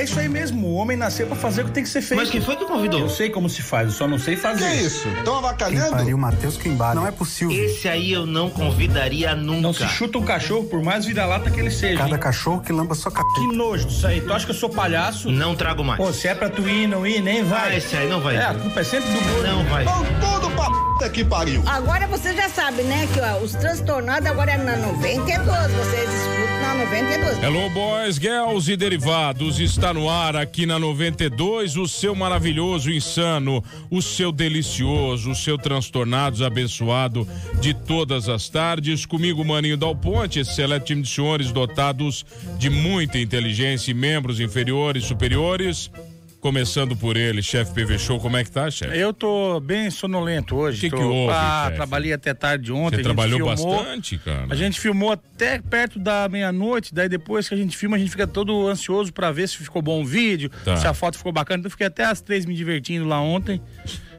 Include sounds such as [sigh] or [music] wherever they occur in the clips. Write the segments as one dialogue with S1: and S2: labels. S1: É homem nasceu pra fazer o que tem que ser feito.
S2: Mas quem foi que convidou?
S1: Eu sei como se faz, eu só não sei fazer.
S3: Que isso? Estão avacalhando?
S4: Quem pariu, Matheus Quimbara. Não é possível.
S2: Esse aí eu não convidaria nunca.
S1: Não se chuta um cachorro, por mais vira-lata que ele seja.
S4: Cada
S1: hein?
S4: cachorro que lamba sua cacete.
S1: Que nojo disso aí. Tu acha que eu sou palhaço?
S2: Não trago mais.
S1: Pô, se é pra tu ir, não ir, nem
S2: Ah,
S1: vai.
S2: esse aí não vai.
S1: É, a culpa é sempre do gordo.
S2: Não vai.
S3: Estão tudo pra puta que pariu.
S5: Agora você já sabe, né, que ó, os transtornados agora é na 92, vocês escutam é na 92.
S6: Hello, boys, girls e derivados. Está no ar aqui na 92 o seu maravilhoso, insano, o seu delicioso, o seu transtornados, abençoado de todas as tardes. Comigo, Maninho Dal Ponte, esse seleto time de senhores dotados de muita inteligência e membros inferiores, superiores. Começando por ele, chefe PV Show, como é que tá, chefe?
S1: Eu tô bem sonolento hoje.
S6: Que que
S1: tô-
S6: houve,
S1: ah,
S6: chefe?
S1: trabalhei até tarde ontem. a
S6: Você
S1: gente
S6: trabalhou
S1: filmou.
S6: bastante, cara.
S1: A gente filmou até perto da meia-noite, daí depois que a gente filma, a gente fica todo ansioso pra ver se ficou bom o vídeo,
S6: Tá.
S1: se a foto ficou bacana. Então eu fiquei até às três me divertindo lá ontem.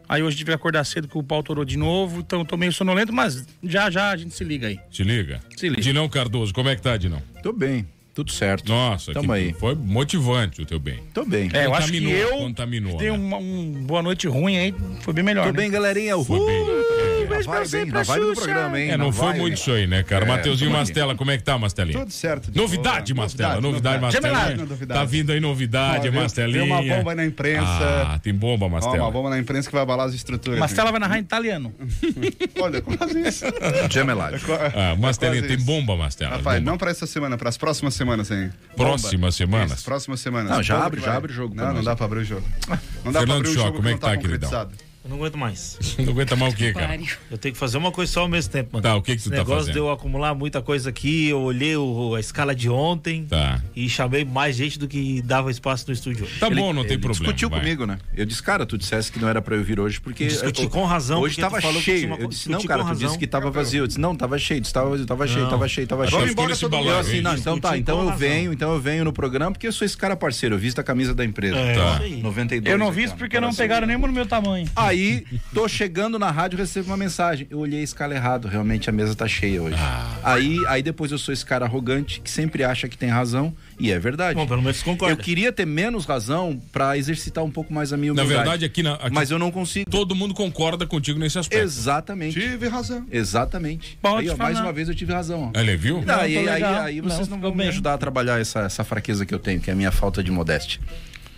S1: Aí hoje tive que acordar cedo porque o pau torou de novo, então eu tô meio sonolento, mas já já a gente se liga aí.
S6: Te liga?
S1: Se liga.
S6: Dinão Cardoso, como é que tá, Dinão?
S7: Tô bem, tudo certo.
S6: Nossa,
S7: Tamo
S6: que
S7: aí.
S6: foi motivante o teu bem.
S7: Tô bem.
S1: É, eu acho que
S6: Contaminou,
S1: eu
S6: contaminou,
S1: dei
S6: né?
S1: uma um boa noite ruim aí, foi bem melhor.
S7: Tô
S1: né?
S7: bem, galerinha.
S6: Foi
S7: Uhul.
S6: bem.
S7: Na vibe, hein? Na vibe do programa, hein?
S6: É, não
S7: Na
S6: foi
S7: vibe.
S6: muito isso aí, né, cara?
S7: É,
S6: Mateuzinho
S7: tamo aí.
S6: Mastela, como é que tá, Mastelinha?
S7: Tudo certo. de
S6: Novidade,
S7: boa.
S6: Mastela, novidade, Mastela.
S7: Gemelagem, novidade.
S6: Tá vindo aí novidade,
S7: Ó, veio-
S6: Mastelinha.
S7: veio uma bomba na imprensa.
S6: Ah, tem bomba,
S7: Ó,
S6: Mastela.
S7: uma bomba na imprensa que vai abalar as estruturas.
S1: Mas ela vai narrar em italiano.
S7: gente.
S8: [laughs]
S7: Olha, quase isso.
S9: Gemelagem.
S6: Ah,
S7: [laughs]
S6: Mastelinha,
S7: É quase
S6: tem
S7: isso.
S6: bomba, Mastela.
S7: Rapaz,
S6: bomba.
S7: não pra essa semana, pras próximas semanas, hein?
S6: Próximas semanas?
S7: Isso, próximas semanas.
S9: Não, já
S7: Bomba
S9: abre,
S7: que
S9: já
S7: vai-
S9: abre o jogo pra
S7: Não, não
S9: nós.
S7: dá pra abrir o jogo. Não dá pra
S6: Fernando
S7: abrir o
S6: Shaw,
S7: jogo
S6: como é
S7: que
S6: que tá,
S7: não tá
S6: queridão?
S7: concretizado.
S8: Eu não aguento
S6: [laughs]
S8: mais.
S6: Não aguenta mais o quê, cara?
S8: Eu tenho que fazer uma coisa só ao mesmo tempo, mano.
S6: Tá, o que que
S8: Esse
S6: tu tá
S8: negócio
S6: fazendo?
S8: de eu acumular muita coisa aqui, eu olhei o- a escala de ontem
S6: Tá.
S8: e chamei mais gente do que dava espaço no estúdio.
S6: Tá bom, não tem
S9: Ele
S6: problema.
S9: discutiu
S6: vai.
S9: comigo, né? Eu disse, cara, tu dissesse que não era pra eu vir hoje porque.
S8: Discuti
S9: eu-
S8: com razão,
S9: Hoje
S8: porque tu
S9: tava
S8: falou que
S9: cheio.
S8: tinha uma
S9: eu
S8: co-
S9: disse, não,
S8: discuti
S9: cara,
S8: com
S9: tu
S8: razão.
S9: disse que tava vazio. Eu disse, não, tava cheio, disse, tava vazio, tava cheio, tava cheio, tava
S6: Vamos
S9: cheio.
S6: embora todo mundo.
S9: Eu assim, não,
S6: Discutir
S9: então tá, então
S8: com
S9: eu
S8: razão.
S9: venho, então eu venho no programa porque eu sou esse cara parceiro, eu visto a camisa da empresa.
S8: É,
S6: Tá.
S8: isso aí.
S9: 92.
S1: Eu não
S9: aqui,
S1: vi isso
S9: ó,
S1: porque não
S9: parece-
S1: pegaram nem no meu tamanho.
S9: Aí, tô chegando na rádio, recebo uma mensagem. Eu olhei a escala errado, realmente a mesa tá cheia hoje.
S8: Ah.
S9: Aí, aí depois eu sou esse cara arrogante que sempre acha que tem razão, e é verdade.
S8: Bom, pelo menos concorda.
S9: Eu queria ter menos razão pra exercitar um pouco mais a minha
S6: Na
S9: humildade.
S6: verdade, aqui, na, aqui
S9: Mas eu não consigo.
S6: todo mundo concorda contigo nesse aspecto.
S9: Exatamente.
S7: Tive razão.
S9: Exatamente.
S1: Pode
S9: aí, ó, mais
S1: falar.
S9: uma vez eu tive razão. ó.
S6: Olha, viu?
S9: Não, aí,
S1: tô
S9: aí,
S1: legal.
S9: aí vocês
S1: Não,
S9: não,
S1: ficou
S9: vão me
S1: bem.
S9: ajudar a trabalhar essa, essa fraqueza que eu tenho, que é a minha falta de modéstia.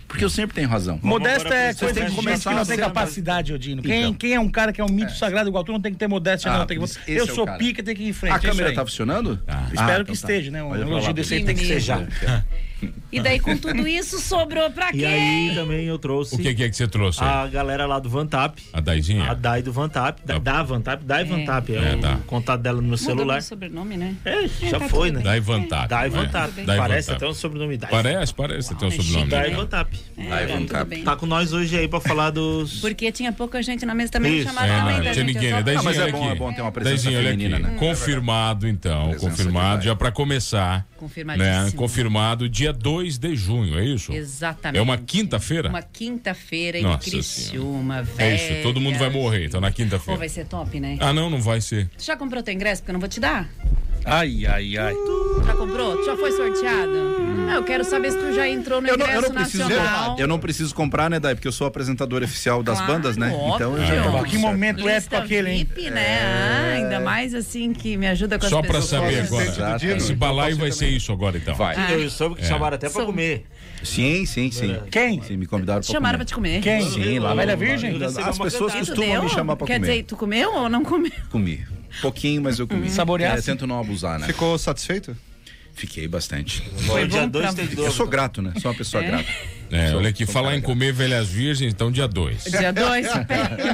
S9: Porque eu sempre tenho razão.
S1: Modesta é coisa
S9: tem
S1: de
S9: que
S1: gente
S9: começar
S1: que não
S9: a
S1: tem
S9: ser
S1: capacidade, Odino. Quem,
S9: Então.
S1: quem é um cara que é um mito sagrado igual tu não tem que ter modéstia,
S9: Ah,
S1: não. Tem que...
S9: mas esse
S1: Eu
S9: é o
S1: sou
S9: cara.
S1: pica, tem que ir em frente.
S9: A
S1: é isso
S9: câmera
S1: aí. Ah,
S9: tá funcionando?
S1: Espero que esteja, né? Um
S9: tá. Olha pra lá,
S1: elogio desse aí tem que ser já.
S10: E daí, com tudo isso, sobrou pra
S8: E
S10: quem?
S8: aí também eu trouxe
S6: O que, que é que você trouxe? aí?
S8: a galera lá do Vantap.
S6: A Daizinha?
S8: Ah, A Dai do Vantap, da, da Vantap, Dai Vantap, é,
S6: É,
S8: o
S6: tá.
S8: contato dela no meu
S10: Mudou
S8: celular.
S10: meu sobrenome, né?
S8: É, já
S10: tá
S8: foi,
S10: tudo
S8: né?
S6: Dai Vantap.
S8: Dai
S6: vai.
S8: Vantap.
S6: Dai
S8: Parece
S6: Vantap.
S8: até o sobrenome Dai.
S6: Parece, parece até o
S9: Ah,
S10: Uau, é
S6: sobrenome.
S10: chique,
S8: Dai
S6: né?
S8: Vantap.
S10: É,
S9: Vai,
S10: então,
S9: vamos
S10: tudo
S9: cá.
S10: bem.
S8: Tá com nós hoje aí pra falar dos...
S10: Porque tinha pouca gente na mesa também,
S8: Isso,
S10: chamava
S6: É,
S10: também,
S6: não,
S10: tá,
S6: tinha
S10: gente?
S6: ninguém,
S10: Eu
S6: né?
S10: só-
S6: Daí
S9: Ah, mas
S6: olha
S9: é bom,
S6: aqui.
S9: é bom ter uma presença
S6: Daizinho, olha
S9: feminina,
S6: aqui.
S9: né?
S6: Confirmado, então.
S9: Presença
S6: confirmado,
S9: de
S6: já para começar.
S10: Confirmadíssimo.
S6: né? Confirmado dia 2 de junho, é isso?
S10: Exatamente.
S6: É uma quinta-feira?
S10: Uma quinta-feira em
S6: Nossa
S10: Criciúma,
S6: É
S10: velho.
S6: isso, todo mundo vai morrer, então na
S10: Pô, vai
S6: quinta-feira.
S10: ser top, né?
S6: Ah, não, não vai ser.
S10: Tu já comprou teu ingresso? Porque eu não vou te dar.
S1: Ai, ai, ai.
S10: Tu Já comprou? Tu já foi sorteado? Ah, eu quero saber se tu já entrou no
S9: Eu não,
S10: ingresso
S9: eu não preciso,
S10: nacional.
S9: eu não preciso comprar, né, Dai? Porque eu sou apresentador oficial das
S10: Claro,
S9: bandas, né? Então eu já
S10: óbvio.
S9: tô
S1: Que momento épico
S10: Lista
S1: aquele, hein?
S10: VIP, né?
S9: É.
S10: Ah, ainda mais assim que me ajuda com
S6: Só
S10: as
S6: pra
S10: pessoas.
S6: saber agora.
S9: Exato.
S6: Esse balaio vai ser isso agora, então.
S9: Vai.
S8: Eu soube que chamaram até pra
S10: Soube.
S8: comer.
S9: Sim, sim, sim.
S1: Quem?
S9: Sim, me convidaram pra
S10: Chamaram pra
S9: comer.
S10: te comer.
S1: Quem?
S9: Sim, lá.
S1: A velha
S9: lá-
S1: virgem?
S9: lá-
S8: Recebeu
S9: As
S8: uma
S9: pessoas
S8: cantada.
S10: Isso
S9: costumam
S10: deu?
S9: me chamar pra
S10: Quer dizer,
S9: comer.
S10: tu comeu ou não comeu?
S9: Comi. Pouquinho, mas eu comi.
S1: Saborear,
S9: É,
S1: sim.
S9: Tento não abusar, né?
S7: Ficou satisfeito?
S9: Fiquei bastante.
S8: Foi dia
S10: bom
S8: 2
S10: pra-
S8: tem
S9: Eu
S8: dois.
S9: sou grato, né? Sou uma pessoa grata.
S6: É,
S9: Sou-
S6: olha aqui,
S9: sou
S6: falar
S9: cara
S6: em
S9: grato.
S6: comer velhas virgens, então dia 2.
S9: [laughs]
S10: Dia 2,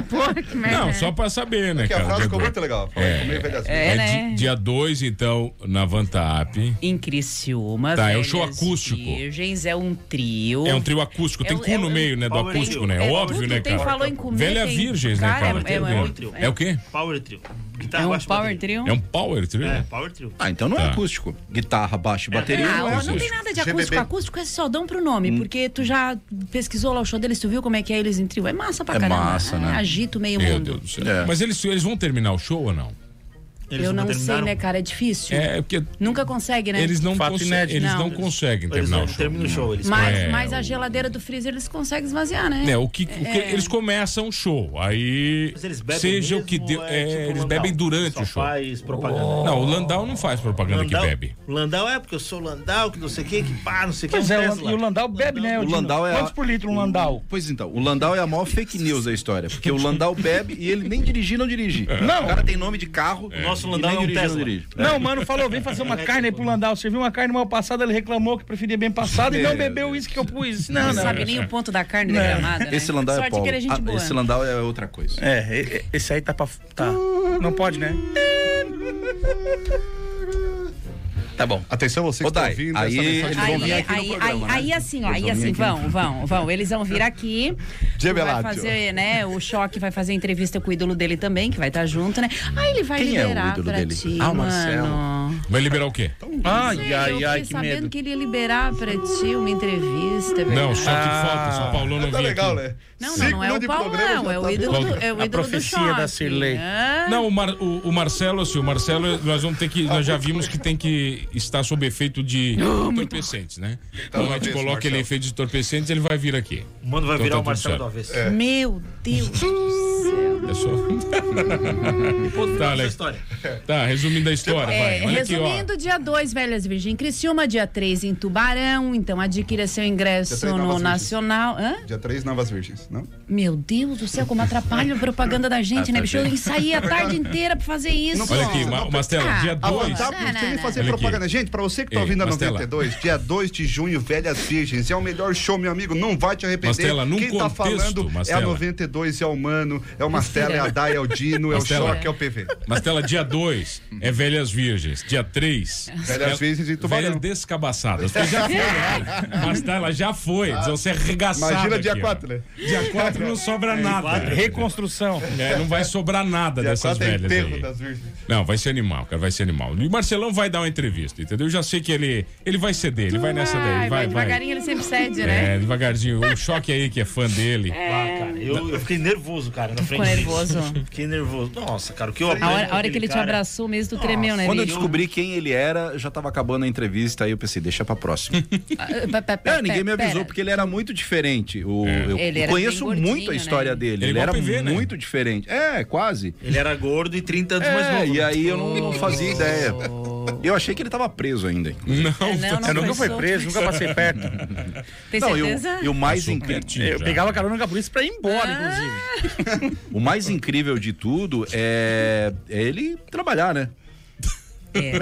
S10: pô, que merda.
S6: Não, só pra saber, né,
S7: Que a
S6: cara?
S7: frase
S6: dia
S7: ficou
S6: dois.
S7: muito legal. Falei, comer velhas
S10: É,
S6: É
S10: né?
S6: di- dia 2, então, na Vantap.
S10: Em Criciúma,
S6: Tá, é um
S10: Velhas
S6: show acústico.
S10: Virgens, é um trio.
S6: É um trio acústico, tem
S10: É o-
S6: cu
S10: é o-
S6: no meio, né, do
S8: Power
S6: acústico,
S8: Trio.
S6: né?
S10: É,
S6: Óbvio,
S10: tudo
S6: né,
S10: tem,
S6: cara?
S10: falou em comer,
S6: Velha
S10: tem-
S6: virgens, né,
S10: Cara,
S6: cara?
S10: é- é
S8: muito-
S6: É o quê?
S8: Power Trio. Guitarra,
S10: É um
S8: baixo,
S10: power
S8: bateria.
S10: trio.
S6: É um power
S8: É,
S6: trio? né?
S8: power trio.
S9: Ah, então não é
S6: Tá.
S9: acústico. Guitarra, baixo, bateria.
S10: Ah,
S9: não é
S10: ó, não tem
S9: acústico.
S10: nada de
S7: GBB.
S10: acústico. Acústico é só dão pro nome, porque tu já pesquisou lá o show deles, tu viu como é que é eles em trio. É massa pra
S9: É
S10: caramba. Ah,
S9: massa, né?
S10: Agita o meio
S6: Meu
S10: mundo.
S6: Deus do céu.
S9: É.
S6: Mas eles, eles vão terminar o show ou não?
S2: Eles
S10: eu não
S2: nunca
S10: sei,
S2: terminaram?
S10: né, cara? É difícil.
S6: É, porque
S10: Nunca consegue, né?
S6: eles não,
S1: Fato
S6: conse-
S1: inédito.
S6: eles não
S10: Não.
S6: conseguem
S2: Eles
S6: terminar
S2: não
S6: o show.
S2: terminam o show, eles
S10: Mas,
S6: É,
S10: mas a
S6: o-
S10: geladeira do freezer eles conseguem esvaziar, né?
S6: É, o que, o que- eles começam o show, aí
S2: Mas eles bebem
S6: seja o
S2: mesmo
S6: que deu,
S2: ou
S6: é,
S2: é tipo
S6: eles
S2: Landau?
S6: bebem durante
S2: Só
S6: o show.
S2: faz propaganda.
S6: Não, o Landau não faz propaganda que bebe.
S2: Landau é porque eu sou Landau, que não sei o que, que pá, não sei o que.
S1: Pois é, o- e o Landau bebe, né?
S4: O
S1: Odino?
S4: Landau é. a-
S1: Quantos por litro um Landau?
S4: Pois então, o Landau é a maior fake news da história. Porque o Landau bebe e ele nem dirigir, não dirige.
S7: É.
S1: Não.
S4: O cara tem nome de carro.
S2: O nosso
S4: e
S2: Landau
S4: nem
S2: é um
S4: dirigir,
S2: Tesla.
S4: dirige.
S1: Não, o mano, falou, vem fazer uma
S6: É,
S1: carne
S6: tipo,
S1: aí pro Landau. Você viu uma carne mal passada, ele reclamou que preferia bem passada e não bebeu isso que eu pus. Não,
S10: Não
S1: não.
S10: sabe nem o ponto da carne da gramada. né?
S4: Esse Landau
S10: Sorte
S4: é Paulo.
S10: que ele é gente
S4: Ah,
S10: boa.
S4: Esse Landau é outra coisa.
S1: É, e- e- esse aí tá pra. Tá. Não pode, né? Tá bom.
S7: Atenção, você
S4: Ô,
S7: que tá
S4: Dai,
S7: ouvindo
S4: aí
S7: essa
S4: eles
S7: mensagem.
S4: vão
S10: Aí,
S4: vir aqui no
S10: aí,
S4: programa,
S10: aí, aí
S4: né?
S10: assim, ó,
S4: Eles
S10: aí
S4: vão vir
S10: assim,
S4: aqui.
S10: vão, vão, vão. Eles vão vir aqui.
S7: Dia
S10: vai
S7: Bellagio.
S10: fazer, né? O Choque vai fazer entrevista com o ídolo dele também, que vai estar junto, né? Aí ele vai
S4: Quem é o
S10: liberar
S4: ídolo
S10: pra
S4: dele?
S10: ti,
S4: Ah, o Marcelo.
S10: mano.
S6: Vai liberar o quê?
S2: Então
S1: Ai,
S10: Eu
S1: ai,
S10: fiquei
S1: ai, que
S10: sabendo
S1: medo.
S10: que ele ia liberar pra ti uma entrevista, é
S6: Não,
S10: verdade.
S6: só que falta, só o Paulão não
S7: Tá
S6: vir
S7: legal,
S6: aqui.
S7: né?
S10: Não, não, não é
S7: Signo
S10: o
S7: de
S10: Paulo,
S7: programa
S10: não.
S7: já
S10: É
S7: tá
S10: o ídolo do,
S6: bom.
S10: é o
S1: A
S10: ídolo do
S1: profecia
S10: choque.
S1: da Cirlei.
S10: Ah,
S6: Não, o, Mar- o- o Marcelo, assim, o Marcelo, nós vamos ter que. Nós já vimos que tem que estar sob efeito de entorpecentes, né? Então a gente
S7: avesso, tá
S6: coloca ele
S7: Marcelo.
S6: em efeito de entorpecentes, ele vai vir aqui.
S2: O mano vai
S6: Então
S2: virar
S6: tá
S2: o
S6: tudo
S2: Marcelo
S6: certo.
S2: do avesso.
S10: Meu Deus do
S6: É
S10: céu.
S7: [laughs]
S6: só. tá,
S2: Essa
S6: Alex.
S2: história.
S6: Tá, resumindo a história, [laughs]
S10: É,
S6: vai. Olha aqui, ó.
S10: resumindo, dia 2, Velhas Virgem em Criciúma, dia 3 em Tubarão, então adquira seu ingresso
S7: Dia três,
S10: no
S7: Novas Virgens.
S10: Nacional. Hã?
S7: Dia 3, Novas Virgens, não?
S10: Meu Deus do céu, como atrapalha a propaganda da
S6: Ah, tá
S10: gente, né, bicho? Eu ensaiei a tarde inteira pra fazer isso.
S6: É Olha aqui, Ma Marcelo,
S10: Ah,
S6: dia
S10: ó,
S6: 2.
S10: tá-
S7: Tá, porque
S10: não,
S7: me
S10: não,
S7: fazer
S6: não.
S7: propaganda. Gente, pra você que tá
S6: Ei,
S7: ouvindo a
S6: Mastela.
S7: 92, dia 2 de junho, Velhas Virgens. É o melhor show, meu amigo. Não vai te arrepender.
S6: Mastela, num
S7: Quem tá
S6: contexto,
S7: falando
S6: Mastela.
S7: é a 92, é o Mano, é o Mastela, é a Dai, é o Dino, é o
S6: Mastela.
S7: Choque, é o PV.
S6: Mas tela dia 2 é Velhas Virgens. Dia 3.
S7: Velhas Virgens e Tubarão.
S6: Velhas descabaçadas. Porque já foi, né? Mas tá, ela já foi. Eles vão ser arregaçados.
S7: Imagina dia
S6: aqui, ó.
S7: 4, né? É,
S6: Dia 4 não sobra nada.
S1: Reconstrução.
S6: É, não vai sobrar nada
S7: Dia
S6: dessas
S7: 4 é
S6: velhas.
S7: enterro
S6: aí.
S7: das Virgens.
S6: Não, vai ser animal, cara, vai ser animal. E o Marcelão vai dar uma entrevista, entendeu? Eu já sei que ele, ele vai ceder, ele vai nessa daí. Vai, vai.
S10: devagarinho ele sempre cede, né?
S6: É, devagarzinho. O choque aí que é fã dele.
S2: Ah, cara, eu, eu fiquei nervoso, cara, na frente
S10: Ficou
S2: disso.
S10: nervoso.
S2: Fiquei nervoso. Nossa, cara, o que eu
S10: A
S2: aprendi
S10: hora,
S2: com
S10: a hora que ele te
S2: cara-
S10: abraçou mesmo, tu tremeu, né,
S4: Quando eu
S10: bicho?
S4: descobri quem ele era, já tava acabando a entrevista, aí eu pensei, deixa pra próxima.
S10: Ah, pe- pe- pe-
S4: É, ninguém me
S10: pera.
S4: avisou, porque ele era muito diferente. O, Eu
S10: Ele era
S4: conheço
S10: bem
S4: muito
S10: gordinho,
S4: a história
S10: né?
S4: dele.
S6: é
S4: Ele,
S6: igual
S4: era
S6: o PV, né?
S4: muito diferente. É, quase.
S2: Ele era gordo e 30 anos mais
S4: É,
S2: novo.
S4: e
S2: né?
S4: aí eu não, não fazia ideia. Eu achei que ele tava preso ainda.
S6: Não,
S4: [laughs]
S10: Não, não
S1: Eu nunca
S10: foi
S1: fui
S10: solto.
S1: preso, nunca passei perto.
S10: Tem
S4: Não, e o-
S10: certeza? Ah,
S4: e o mais
S6: Passou
S4: incrível.
S6: pertinho
S1: Eu
S6: já.
S1: pegava carona com a polícia pra ir embora, inclusive.
S4: O mais incrível de tudo é, é ele trabalhar, né?
S10: É.
S4: [laughs]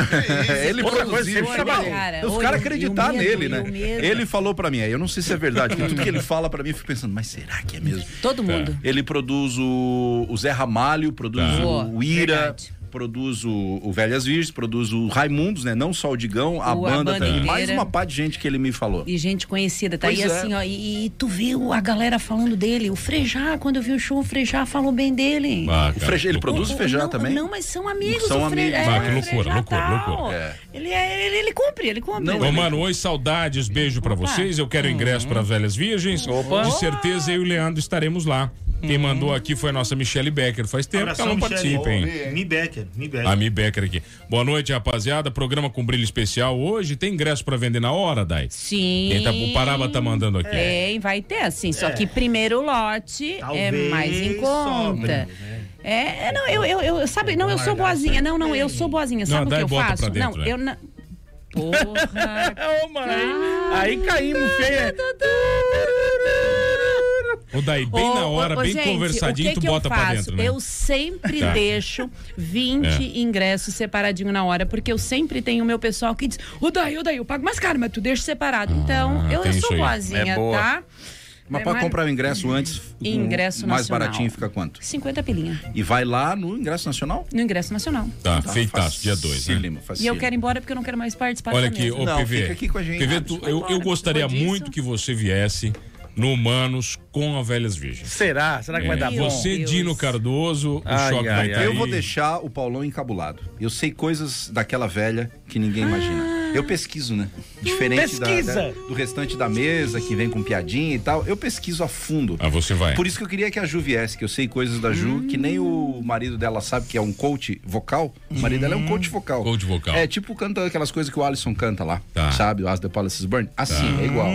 S4: É, ele
S1: Outra coisa,
S4: produzir.
S1: sempre trabalhou.
S10: Cara,
S4: os
S10: olha,
S4: caras
S10: e o
S4: acreditar
S10: medo,
S4: nele,
S10: e
S4: né?
S10: o medo.
S4: Ele falou pra mim, aí eu não sei se é verdade, porque tudo que ele fala pra mim, eu fico pensando, mas será que é mesmo?
S10: Todo mundo.
S4: Ele produz o, o Zé Ramalho, produz
S10: Tá.
S4: o,
S10: Boa,
S4: o Ira,
S10: verdade.
S4: produz o, o Velhas Virgens, produz o Raimundos, né? Não só o Digão, a
S10: O- a
S4: banda
S10: banda
S4: também. Mais
S10: inteira.
S4: uma pá de gente que ele me falou.
S10: E gente conhecida, tá?
S4: Pois
S10: e
S4: é.
S10: assim, ó, e, e tu viu a galera falando dele. O Frejá, quando eu vi o show, o Frejá falou bem dele.
S6: Ah,
S4: O
S6: cara,
S4: Frejá, ele
S6: loucura.
S4: produz o Feijão
S10: não,
S4: também?
S10: Não, mas são amigos.
S4: São
S10: o Fre-
S4: amigos.
S10: é,
S6: Ah, que
S10: o
S6: loucura,
S10: Frejá
S6: loucura,
S10: tal.
S6: loucura.
S4: É.
S10: Ele, é, ele, ele cumpre, ele cumpre.
S4: Não,
S6: Ô, mano, oi, saudades, beijo pra vocês. Eu quero ingresso para Velhas Virgens. De certeza eu e o Leandro estaremos lá. Quem mandou aqui foi a nossa Michelle Becker. Faz tempo que
S2: Abração,
S6: ela não
S2: Michele.
S6: participa, hein?
S2: Mi Becker, Mi Becker.
S6: A Mi Becker aqui. Boa noite, rapaziada. Programa com brilho especial hoje. Tem ingresso pra vender na hora, Dai?
S10: Sim.
S6: Quem tá, o Paraba tá mandando
S2: É.
S6: aqui.
S10: Tem, vai ter, assim. Só que primeiro lote é
S2: Talvez
S10: mais em
S2: sobre,
S10: conta.
S2: né?
S10: É, é, não, eu, eu, eu sabe, não, eu sou boazinha. Não, não, eu sou boazinha.
S6: Não,
S10: Sabe o
S6: dá
S10: que
S6: e
S10: eu
S6: bota pra
S10: faço?
S6: dentro,
S10: não,
S6: é.
S10: eu não. Porra,
S1: É, ô, mano,
S10: Ah.
S1: aí, aí caímos feia.
S10: É,
S6: Ô, Dai, bem
S10: Ô,
S6: na
S10: ô,
S6: hora,
S10: ô,
S6: bem
S10: gente,
S6: conversadinho,
S10: o que
S6: tu
S10: que
S6: bota
S10: eu
S6: pra
S10: faço?
S6: dentro, né?
S10: Eu sempre
S6: Tá. É.
S10: deixo 20 ingressos separadinho na hora, porque eu sempre tenho o meu pessoal que diz: ô daí, ô daí, eu pago mais caro, mas tu deixa separado. então, eu,
S6: Ah, tem
S10: eu
S6: isso
S10: sou
S6: aí.
S10: boazinha,
S1: É boa.
S10: tá?
S4: Mas
S10: É,
S4: pra comprar o ingresso antes, o
S10: Ingresso
S4: mais
S10: nacional.
S4: baratinho fica quanto?
S10: 50 pilinha
S4: E vai lá no ingresso nacional?
S10: no ingresso nacional.
S6: Tá, feitaço, dia 2, né?
S4: Facílimo,
S10: E
S4: facílimo.
S10: eu quero ir embora porque eu não quero mais participar
S6: Olha
S10: dessa
S6: aqui,
S10: mesa.
S6: ô
S4: Não,
S6: PV.
S4: fica aqui com a gente.
S6: PV, tu- eu, eu
S10: Vambora,
S6: gostaria
S10: depois disso.
S6: muito que você viesse no Humanos com a Velhas Virgens.
S1: Será? Será que vai
S6: É,
S1: dar bom?
S6: você,
S10: Deus.
S6: Dino Cardoso, o
S1: Ai,
S6: choque
S1: ai,
S6: vai
S1: ai.
S6: estar
S4: Eu vou
S6: aí.
S10: Ah.
S4: deixar o Paulão encabulado. Eu sei coisas daquela velha que ninguém imagina. Eu pesquiso, né? Diferente da-
S1: Pesquisa.
S4: da- do restante da mesa, que vem com piadinha e tal. Eu pesquiso a fundo.
S6: Ah, você vai.
S4: Por isso que eu queria que a Ju viesse, que eu sei coisas da Ju, que nem o marido dela sabe que é um coach vocal. O marido dela é um coach vocal.
S6: Hum. Coach vocal.
S4: É tipo canta aquelas coisas que o Alisson canta lá.
S6: Tá. Hum.
S4: Sabe? O As the Palaces Burn. Assim, é igual.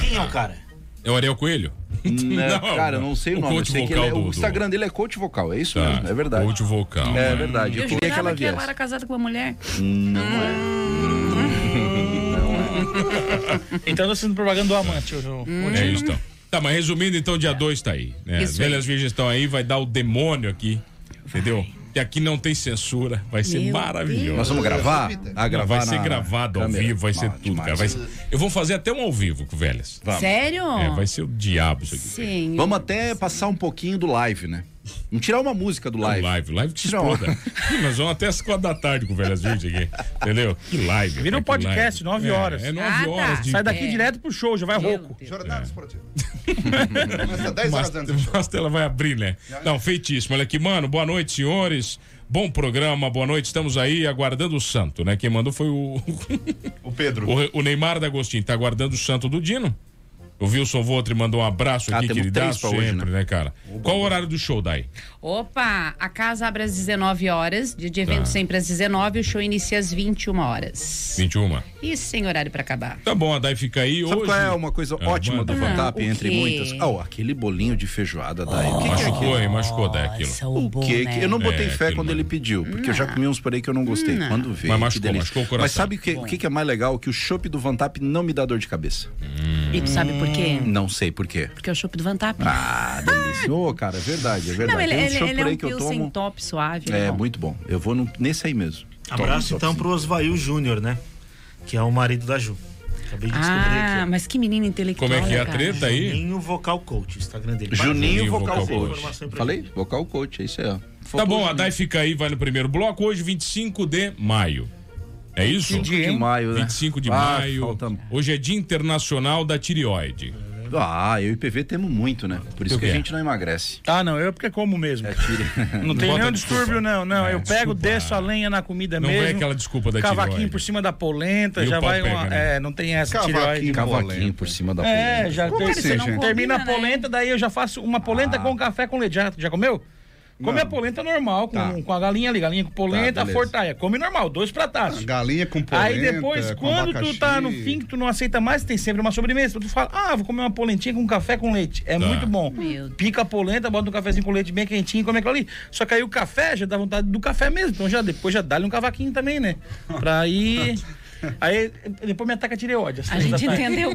S8: Quem é o cara?
S6: É o Ariel Coelho?
S4: [laughs] Não, Né? cara, eu não sei o, nome. Eu
S6: Ah. coach
S4: sei que
S6: vocal
S4: ele é-
S6: do-
S4: o Instagram dele é coach vocal, é isso
S6: Tá.
S4: mesmo, é verdade.
S6: Coach vocal.
S4: É
S6: né?
S4: verdade. Eu,
S10: Eu
S4: queria que ela
S10: jurava que
S4: viesse.
S10: ela era casada com uma mulher.
S1: Então eu tô sendo propaganda do amante, ô, João.
S6: É isso, então. Tá, mas resumindo, então, dia 2 tá aí. Né? As
S10: Isso aí.
S6: velhas virgens estão aí, vai dar o demônio aqui. Entendeu? E aqui não tem censura. Vai ser
S10: Meu
S6: maravilhoso.
S4: Nós vamos gravar? Ah,
S6: Não,
S4: gravar
S6: vai ser
S4: na-
S6: gravado ao
S4: câmera.
S6: vivo, vai ser
S4: Ah,
S6: tudo,
S4: demais.
S6: cara. Vai ser- Eu vou fazer até um ao vivo com velhas.
S10: Sério?
S6: É, vai ser o diabo isso aqui.
S10: Sim.
S4: Vamos até passar um pouquinho do live, né? Vamos tirar uma música do live.
S6: Live, live que se
S4: Não.
S6: exploda. Ih, Nós vamos até as quatro da tarde com velhas virgens aqui. Entendeu? Que live.
S1: Vira um
S6: cara, que
S1: podcast,
S6: live.
S1: nove
S6: É,
S1: horas.
S6: É, nove
S10: Ah, tá.
S6: horas de.
S1: Sai daqui
S10: É.
S1: direto pro show, já vai
S10: Meu
S1: rouco.
S10: Deus.
S6: É.
S7: Jornada esportiva. Começa 10 horas antes. do
S6: Mas-
S7: show.
S6: Mas ela vai abrir, né? Não, feitíssimo. Olha aqui, mano, boa noite, senhores. Bom programa, boa noite. Estamos aí aguardando o santo, né? Quem mandou foi o,
S7: O Pedro.
S6: o, o Neymar da Agostinho. Tá aguardando o santo do Dino. O Wilson Votre mandou um abraço
S4: Ah,
S6: aqui,
S4: temos três
S6: queridaço,
S4: pra hoje,
S6: sempre, né,
S4: né?
S6: cara? Qual o horário do show, Dai?
S10: Opa, a casa abre às 19 horas, dia de
S4: Tá.
S10: evento sempre às 19, o show inicia às 21 horas.
S6: 21.
S10: E sem horário pra acabar.
S6: Tá bom, a Dai fica aí
S4: Sabe
S6: hoje.
S4: qual é uma coisa
S6: É,
S4: ótima
S6: manda.
S4: do Fantap,
S10: Ah, o
S4: entre
S10: quê?
S4: muitas? Ah, ó, aquele bolinho de feijoada daí. O que, que é
S6: Ah, Machucou,
S4: aquilo?
S6: hein? Machucou, Dai, aquilo.
S1: é um
S4: O que, que- Eu não botei
S6: É,
S4: fé
S6: aquilo
S4: quando
S6: lá.
S4: ele pediu, porque eu já comi uns por aí que eu não gostei. Quando veio,
S6: Mas
S4: que
S6: machucou,
S4: delícia.
S6: machucou o coração.
S4: Mas sabe o que, o que que é mais legal? Que o chopp do Vantap não me dá dor de cabeça.
S10: E tu sabe por quê?
S1: Hum.
S4: Não sei por quê.
S10: Porque é o chopp do Vantap.
S4: Ah, delícia. Ô, cara, é verdade, é verdade.
S10: não, ele,
S4: Tem um
S10: ele-
S4: chopp
S10: ele
S4: por
S10: é
S4: aí
S10: um
S4: que eu
S10: pilsen
S4: tomo.
S10: top suave.
S4: É,
S10: bom.
S4: muito bom. Eu vou no- nesse aí mesmo.
S2: Abraço
S4: Toma um
S2: então
S4: topzinho.
S2: pro Osvail Júnior, né? Que é o marido da Ju. Acabei de descobrir
S10: Ah,
S2: aqui.
S10: mas que menino intelectual. né,
S6: Como é que é a
S10: cara.
S6: treta
S2: ó.
S6: aí?
S2: Juninho Vocal Coach, Instagram dele.
S4: Juninho
S6: Juninho
S4: Vocal
S6: Vocal
S4: Coach.
S2: Coach.
S4: Falei? Vocal Coach, é isso aí, ó. Vocal
S6: Tá bom, a
S4: Coach.
S6: Dai fica aí, vai no primeiro bloco. Hoje, 25 de maio. É isso?
S4: de maio, né?
S6: 25 de
S4: Ah,
S6: maio.
S4: falta-
S6: Hoje é Dia Internacional da Tireoide.
S4: Ah, eu e PV temos muito, né? Por isso
S6: O
S4: que
S6: quê?
S4: a gente não emagrece.
S1: Ah, não, eu porque como mesmo. [laughs] Não tem
S6: É, Bota
S1: nenhum
S6: desculpa.
S1: distúrbio, não. Não,
S6: É,
S1: eu pego,
S6: desculpa.
S1: desço a lenha na comida
S6: Não
S1: mesmo.
S6: vem aquela desculpa da
S1: Cavaquinho
S6: tireoide.
S1: por cima da polenta,
S6: E o
S1: já
S6: pau
S1: vai
S6: pega,
S1: uma.
S6: né?
S1: É, não tem essa
S7: Cavaquinho.
S1: tireoide.
S4: Cavaquinho por cima da
S1: É,
S4: polenta.
S1: já
S7: Como
S1: tem.
S7: assim,
S10: Você não
S7: gente?
S1: Termina a
S10: combina, né?
S1: polenta, daí eu já faço uma
S7: Ah.
S1: polenta com café com leite. Já, já comeu? Come a polenta normal, com,
S7: Tá.
S1: com a galinha ali, galinha com polenta, a
S7: beleza.
S1: fortaia. Come normal, dois prataços.
S7: Galinha com polenta,
S1: Aí depois,
S7: com
S1: quando tu tá
S7: abacaxi.
S1: no fim, que tu não aceita mais, tem sempre uma sobremesa. Tu fala, ah, vou comer uma polentinha com café com leite. É
S7: Tá.
S1: muito bom.
S10: Meu
S1: Pica a polenta, bota um cafezinho com leite bem quentinho e come aquilo ali. Só que aí o café já dá vontade do café mesmo. Então já depois já dá-lhe um cavaquinho também, né? Pra
S7: [laughs]
S1: ir. Aí depois me ataca a tireoide. Assim, às
S10: A
S1: três da
S10: gente
S1: tarde.
S10: entendeu o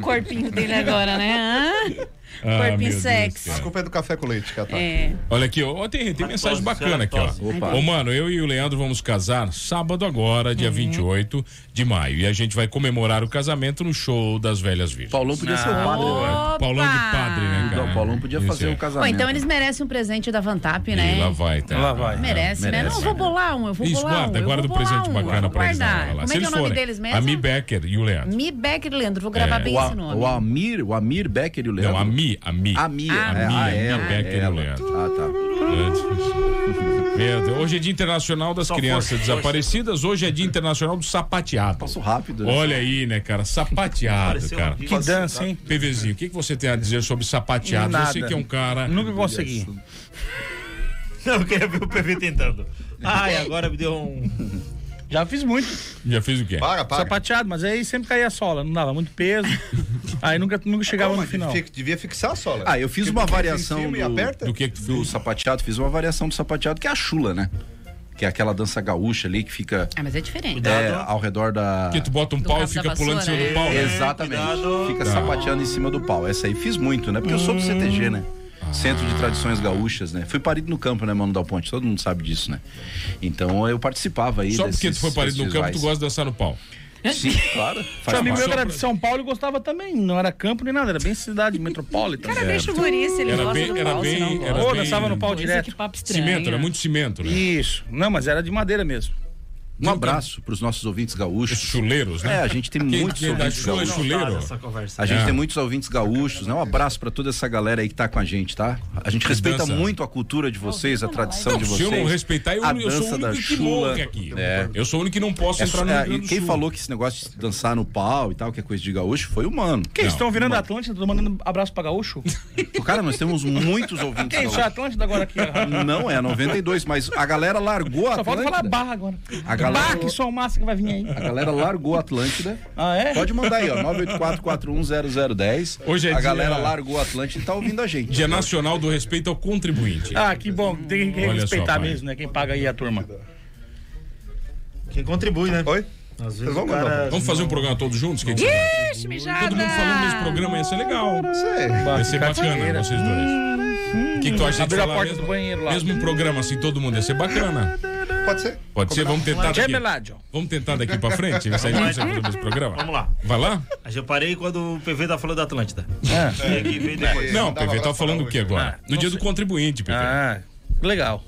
S6: [laughs]
S10: corpinho dele agora, né? Hã?
S6: Ah, meu
S10: corpinho
S6: Deus
S10: sexy.
S6: do
S7: A
S6: céu.
S7: culpa é do café com leite, Catá.
S10: É.
S6: Olha aqui, ó, tem, tem mensagem
S4: é
S6: bacana aqui, ó.
S4: Opa.
S6: Ô, mano, eu e o Leandro vamos casar sábado agora,
S10: Uhum.
S6: dia 28 de maio. E a gente vai comemorar o casamento no show das Velhas Virgens.
S4: Paulão podia ser o padre, né?
S10: Opa!
S6: Paulão de padre, né, cara?
S4: O Paulão podia
S6: Isso
S4: fazer
S6: é.
S4: o
S10: Pô,
S4: casamento.
S10: então eles merecem um presente da Vantap, né?
S6: E lá vai, tá?
S1: Lá vai.
S10: Merece, né?
S4: Merece,
S10: Não, eu vou bolar um, eu vou
S6: Isso,
S10: bolar
S6: guarda,
S10: um. eu
S6: guarda
S10: vou
S6: um
S10: bolar
S6: presente
S10: um,
S6: bacana
S10: eu vou
S6: pra eles. na
S10: guardar.
S6: hora lá.
S10: Como
S6: Se
S10: é que é
S6: eles
S10: o nome
S6: forem,
S10: deles
S6: A
S10: mesmo?
S6: Mi Becker e o Leandro.
S10: Mi Becker Leandro, vou gravar
S6: É.
S10: bem
S4: O,
S10: esse
S4: A-
S10: nome.
S4: o Amir, o Amir Becker e o Leandro.
S6: Não, a Mi, a Mi.
S4: Amir.
S10: Ah,
S4: é,
S6: Amir,
S4: ah, ela,
S6: Amir Becker e o
S4: ela.
S6: Leandro. É
S4: Ah, tá.
S6: Meu Deus. Hoje é Dia Internacional
S1: Tá
S6: das Crianças Desaparecidas, hoje é Dia Internacional do Sapateado.
S4: Passo rápido. né?
S6: Olha aí, né, cara? Sapateado,
S2: Pareceu
S6: cara.
S2: um
S1: Que dança, hein?
S6: PVzinho, o que, que você tem a dizer sobre sapateado?
S1: Nada.
S6: Você que é um cara.
S1: Nunca consegui.
S2: Não, eu queria ver o PV tentando.
S1: É.
S2: Ai, agora me deu um.
S1: Já fiz muito.
S6: Já fez o quê?
S7: Para, para.
S1: Sapateado, mas aí sempre caía a sola. Não dava muito peso. aí nunca, nunca chegava
S7: Calma,
S1: no final.
S7: devia- Devia fixar a sola.
S4: Ah, eu fiz
S7: Porque
S4: uma
S7: fica em
S4: variação
S7: cima e
S4: do-
S7: aperta.
S6: Do que que tu
S4: Do
S6: fez?
S4: sapateado, fiz uma variação do sapateado, que é a chula, né? Que é aquela dança gaúcha ali que fica
S10: Ah, mas é diferente.
S4: é, ao redor da...
S6: Porque tu bota um
S10: Do
S6: pau e
S10: cabo da
S6: fica pulando em cima
S10: vassoura, é.
S6: do pau, né? Tá.
S4: Exatamente.
S2: cuidado.
S4: Fica sapateando em cima do pau. Essa aí fiz muito, né? Porque eu sou do CTG, né?
S6: Ah.
S4: Centro de Tradições Gaúchas, né? Fui parido no campo, né, Mano Dal Ponte? Todo mundo sabe disso, né? Então eu participava aí
S6: Só
S4: desses-
S6: porque tu foi parido no
S4: desses
S6: campo, tu
S4: rituais.
S6: gosta de dançar no pau.
S4: Sim, claro.
S1: Tinha um
S4: Faz
S1: amigo
S4: parte.
S1: meu que era
S6: pra-
S1: de São Paulo e gostava também. Não era campo nem nada, era bem cidade metropolitana.
S10: Cara, deixa o guri, se ele
S6: Era
S10: gosta
S6: bem-
S10: do
S6: era
S10: pau, se
S6: bem-
S10: não gosta.
S6: era
S1: Ou
S6: bem-
S1: dançava no pau
S10: Coisa
S1: direto.
S10: que papo estranho.
S6: Cimento, era muito cimento, né?
S1: Isso. Não, mas era de madeira mesmo.
S4: Um abraço para os nossos ouvintes gaúchos.
S6: Chuleiros, né?
S4: É, a gente tem
S6: Quem-
S4: muitos
S6: quem dá
S4: ouvintes
S6: chula é
S4: gaúchos.
S6: chuleiro.
S4: A gente
S6: É.
S4: tem muitos ouvintes gaúchos, né? Um abraço pra toda essa galera aí que tá com a gente, tá? A gente respeita
S6: dança.
S4: muito a cultura de vocês, a tradição
S6: Não,
S4: de
S6: se
S4: vocês.
S6: eu não respeitar, eu,
S4: a
S6: eu sou o
S4: dança da
S6: único que
S4: chula.
S6: morre aqui. Eu sou o único que não posso
S4: É,
S6: entrar no
S4: é,
S6: Rio Grande
S4: e
S6: do
S4: quem
S6: Sul.
S4: falou que esse negócio de dançar no pau e tal, que é coisa de gaúcho, foi humano.
S1: Que eles estão virando Atlântida, tô mandando abraço pra
S4: [laughs]
S1: gaúcho?
S4: Cara, nós temos muitos
S6: [laughs]
S4: ouvintes
S1: Quem? Só
S4: gaúchos.
S1: Atlântida agora aqui, ó.
S4: Não é 92, mas a galera largou a
S1: Só falta
S4: Atlântida.
S1: falar barra agora.
S4: A galera-
S1: Barra, que som massa que vai vir aí.
S4: A galera largou a Atlântida.
S1: Ah, é?
S4: Pode mandar aí, ó, 984410010.
S6: Hoje é
S4: A galera
S6: dia-
S4: largou a Atlântida e tá ouvindo a gente.
S6: Dia Nacional do Respeito ao
S4: É.
S6: Contribuinte.
S1: Ah, que bom. Tem que
S6: Olha só,
S1: respeitar
S6: pai.
S1: mesmo, né? Quem paga aí é a turma.
S8: Quem contribui, né?
S7: Oi?
S8: Às
S7: Vocês
S8: vezes
S7: vão
S8: o cara-
S7: mandar?
S6: Vamos fazer um programa todos juntos? Quem
S10: Ixi, mijada.
S6: Todo mundo falando nesse programa ia ser legal.
S7: Sei.
S6: Vai ser bacana, vocês dois. O que, que tu acha de
S1: Hum. Abriu a
S6: falar
S1: porta
S6: mesmo?
S1: do banheiro lá.
S6: Mesmo programa assim, todo mundo ia ser bacana.
S7: Pode ser?
S6: Pode ser, vamos tentar
S1: Tchê,
S6: daqui.
S1: Meládio.
S6: Vamos tentar daqui pra frente? Você aí consegue fazer esse programa?
S8: Vamos lá.
S6: Vai lá?
S8: Eu parei quando o PV tá falando da Atlântida. É. E veio depois.
S6: Não,
S7: não dava
S6: PV,
S7: pra
S6: tá falando
S7: falar
S6: o que agora? No dia do contribuinte, PV.
S1: Ah, legal.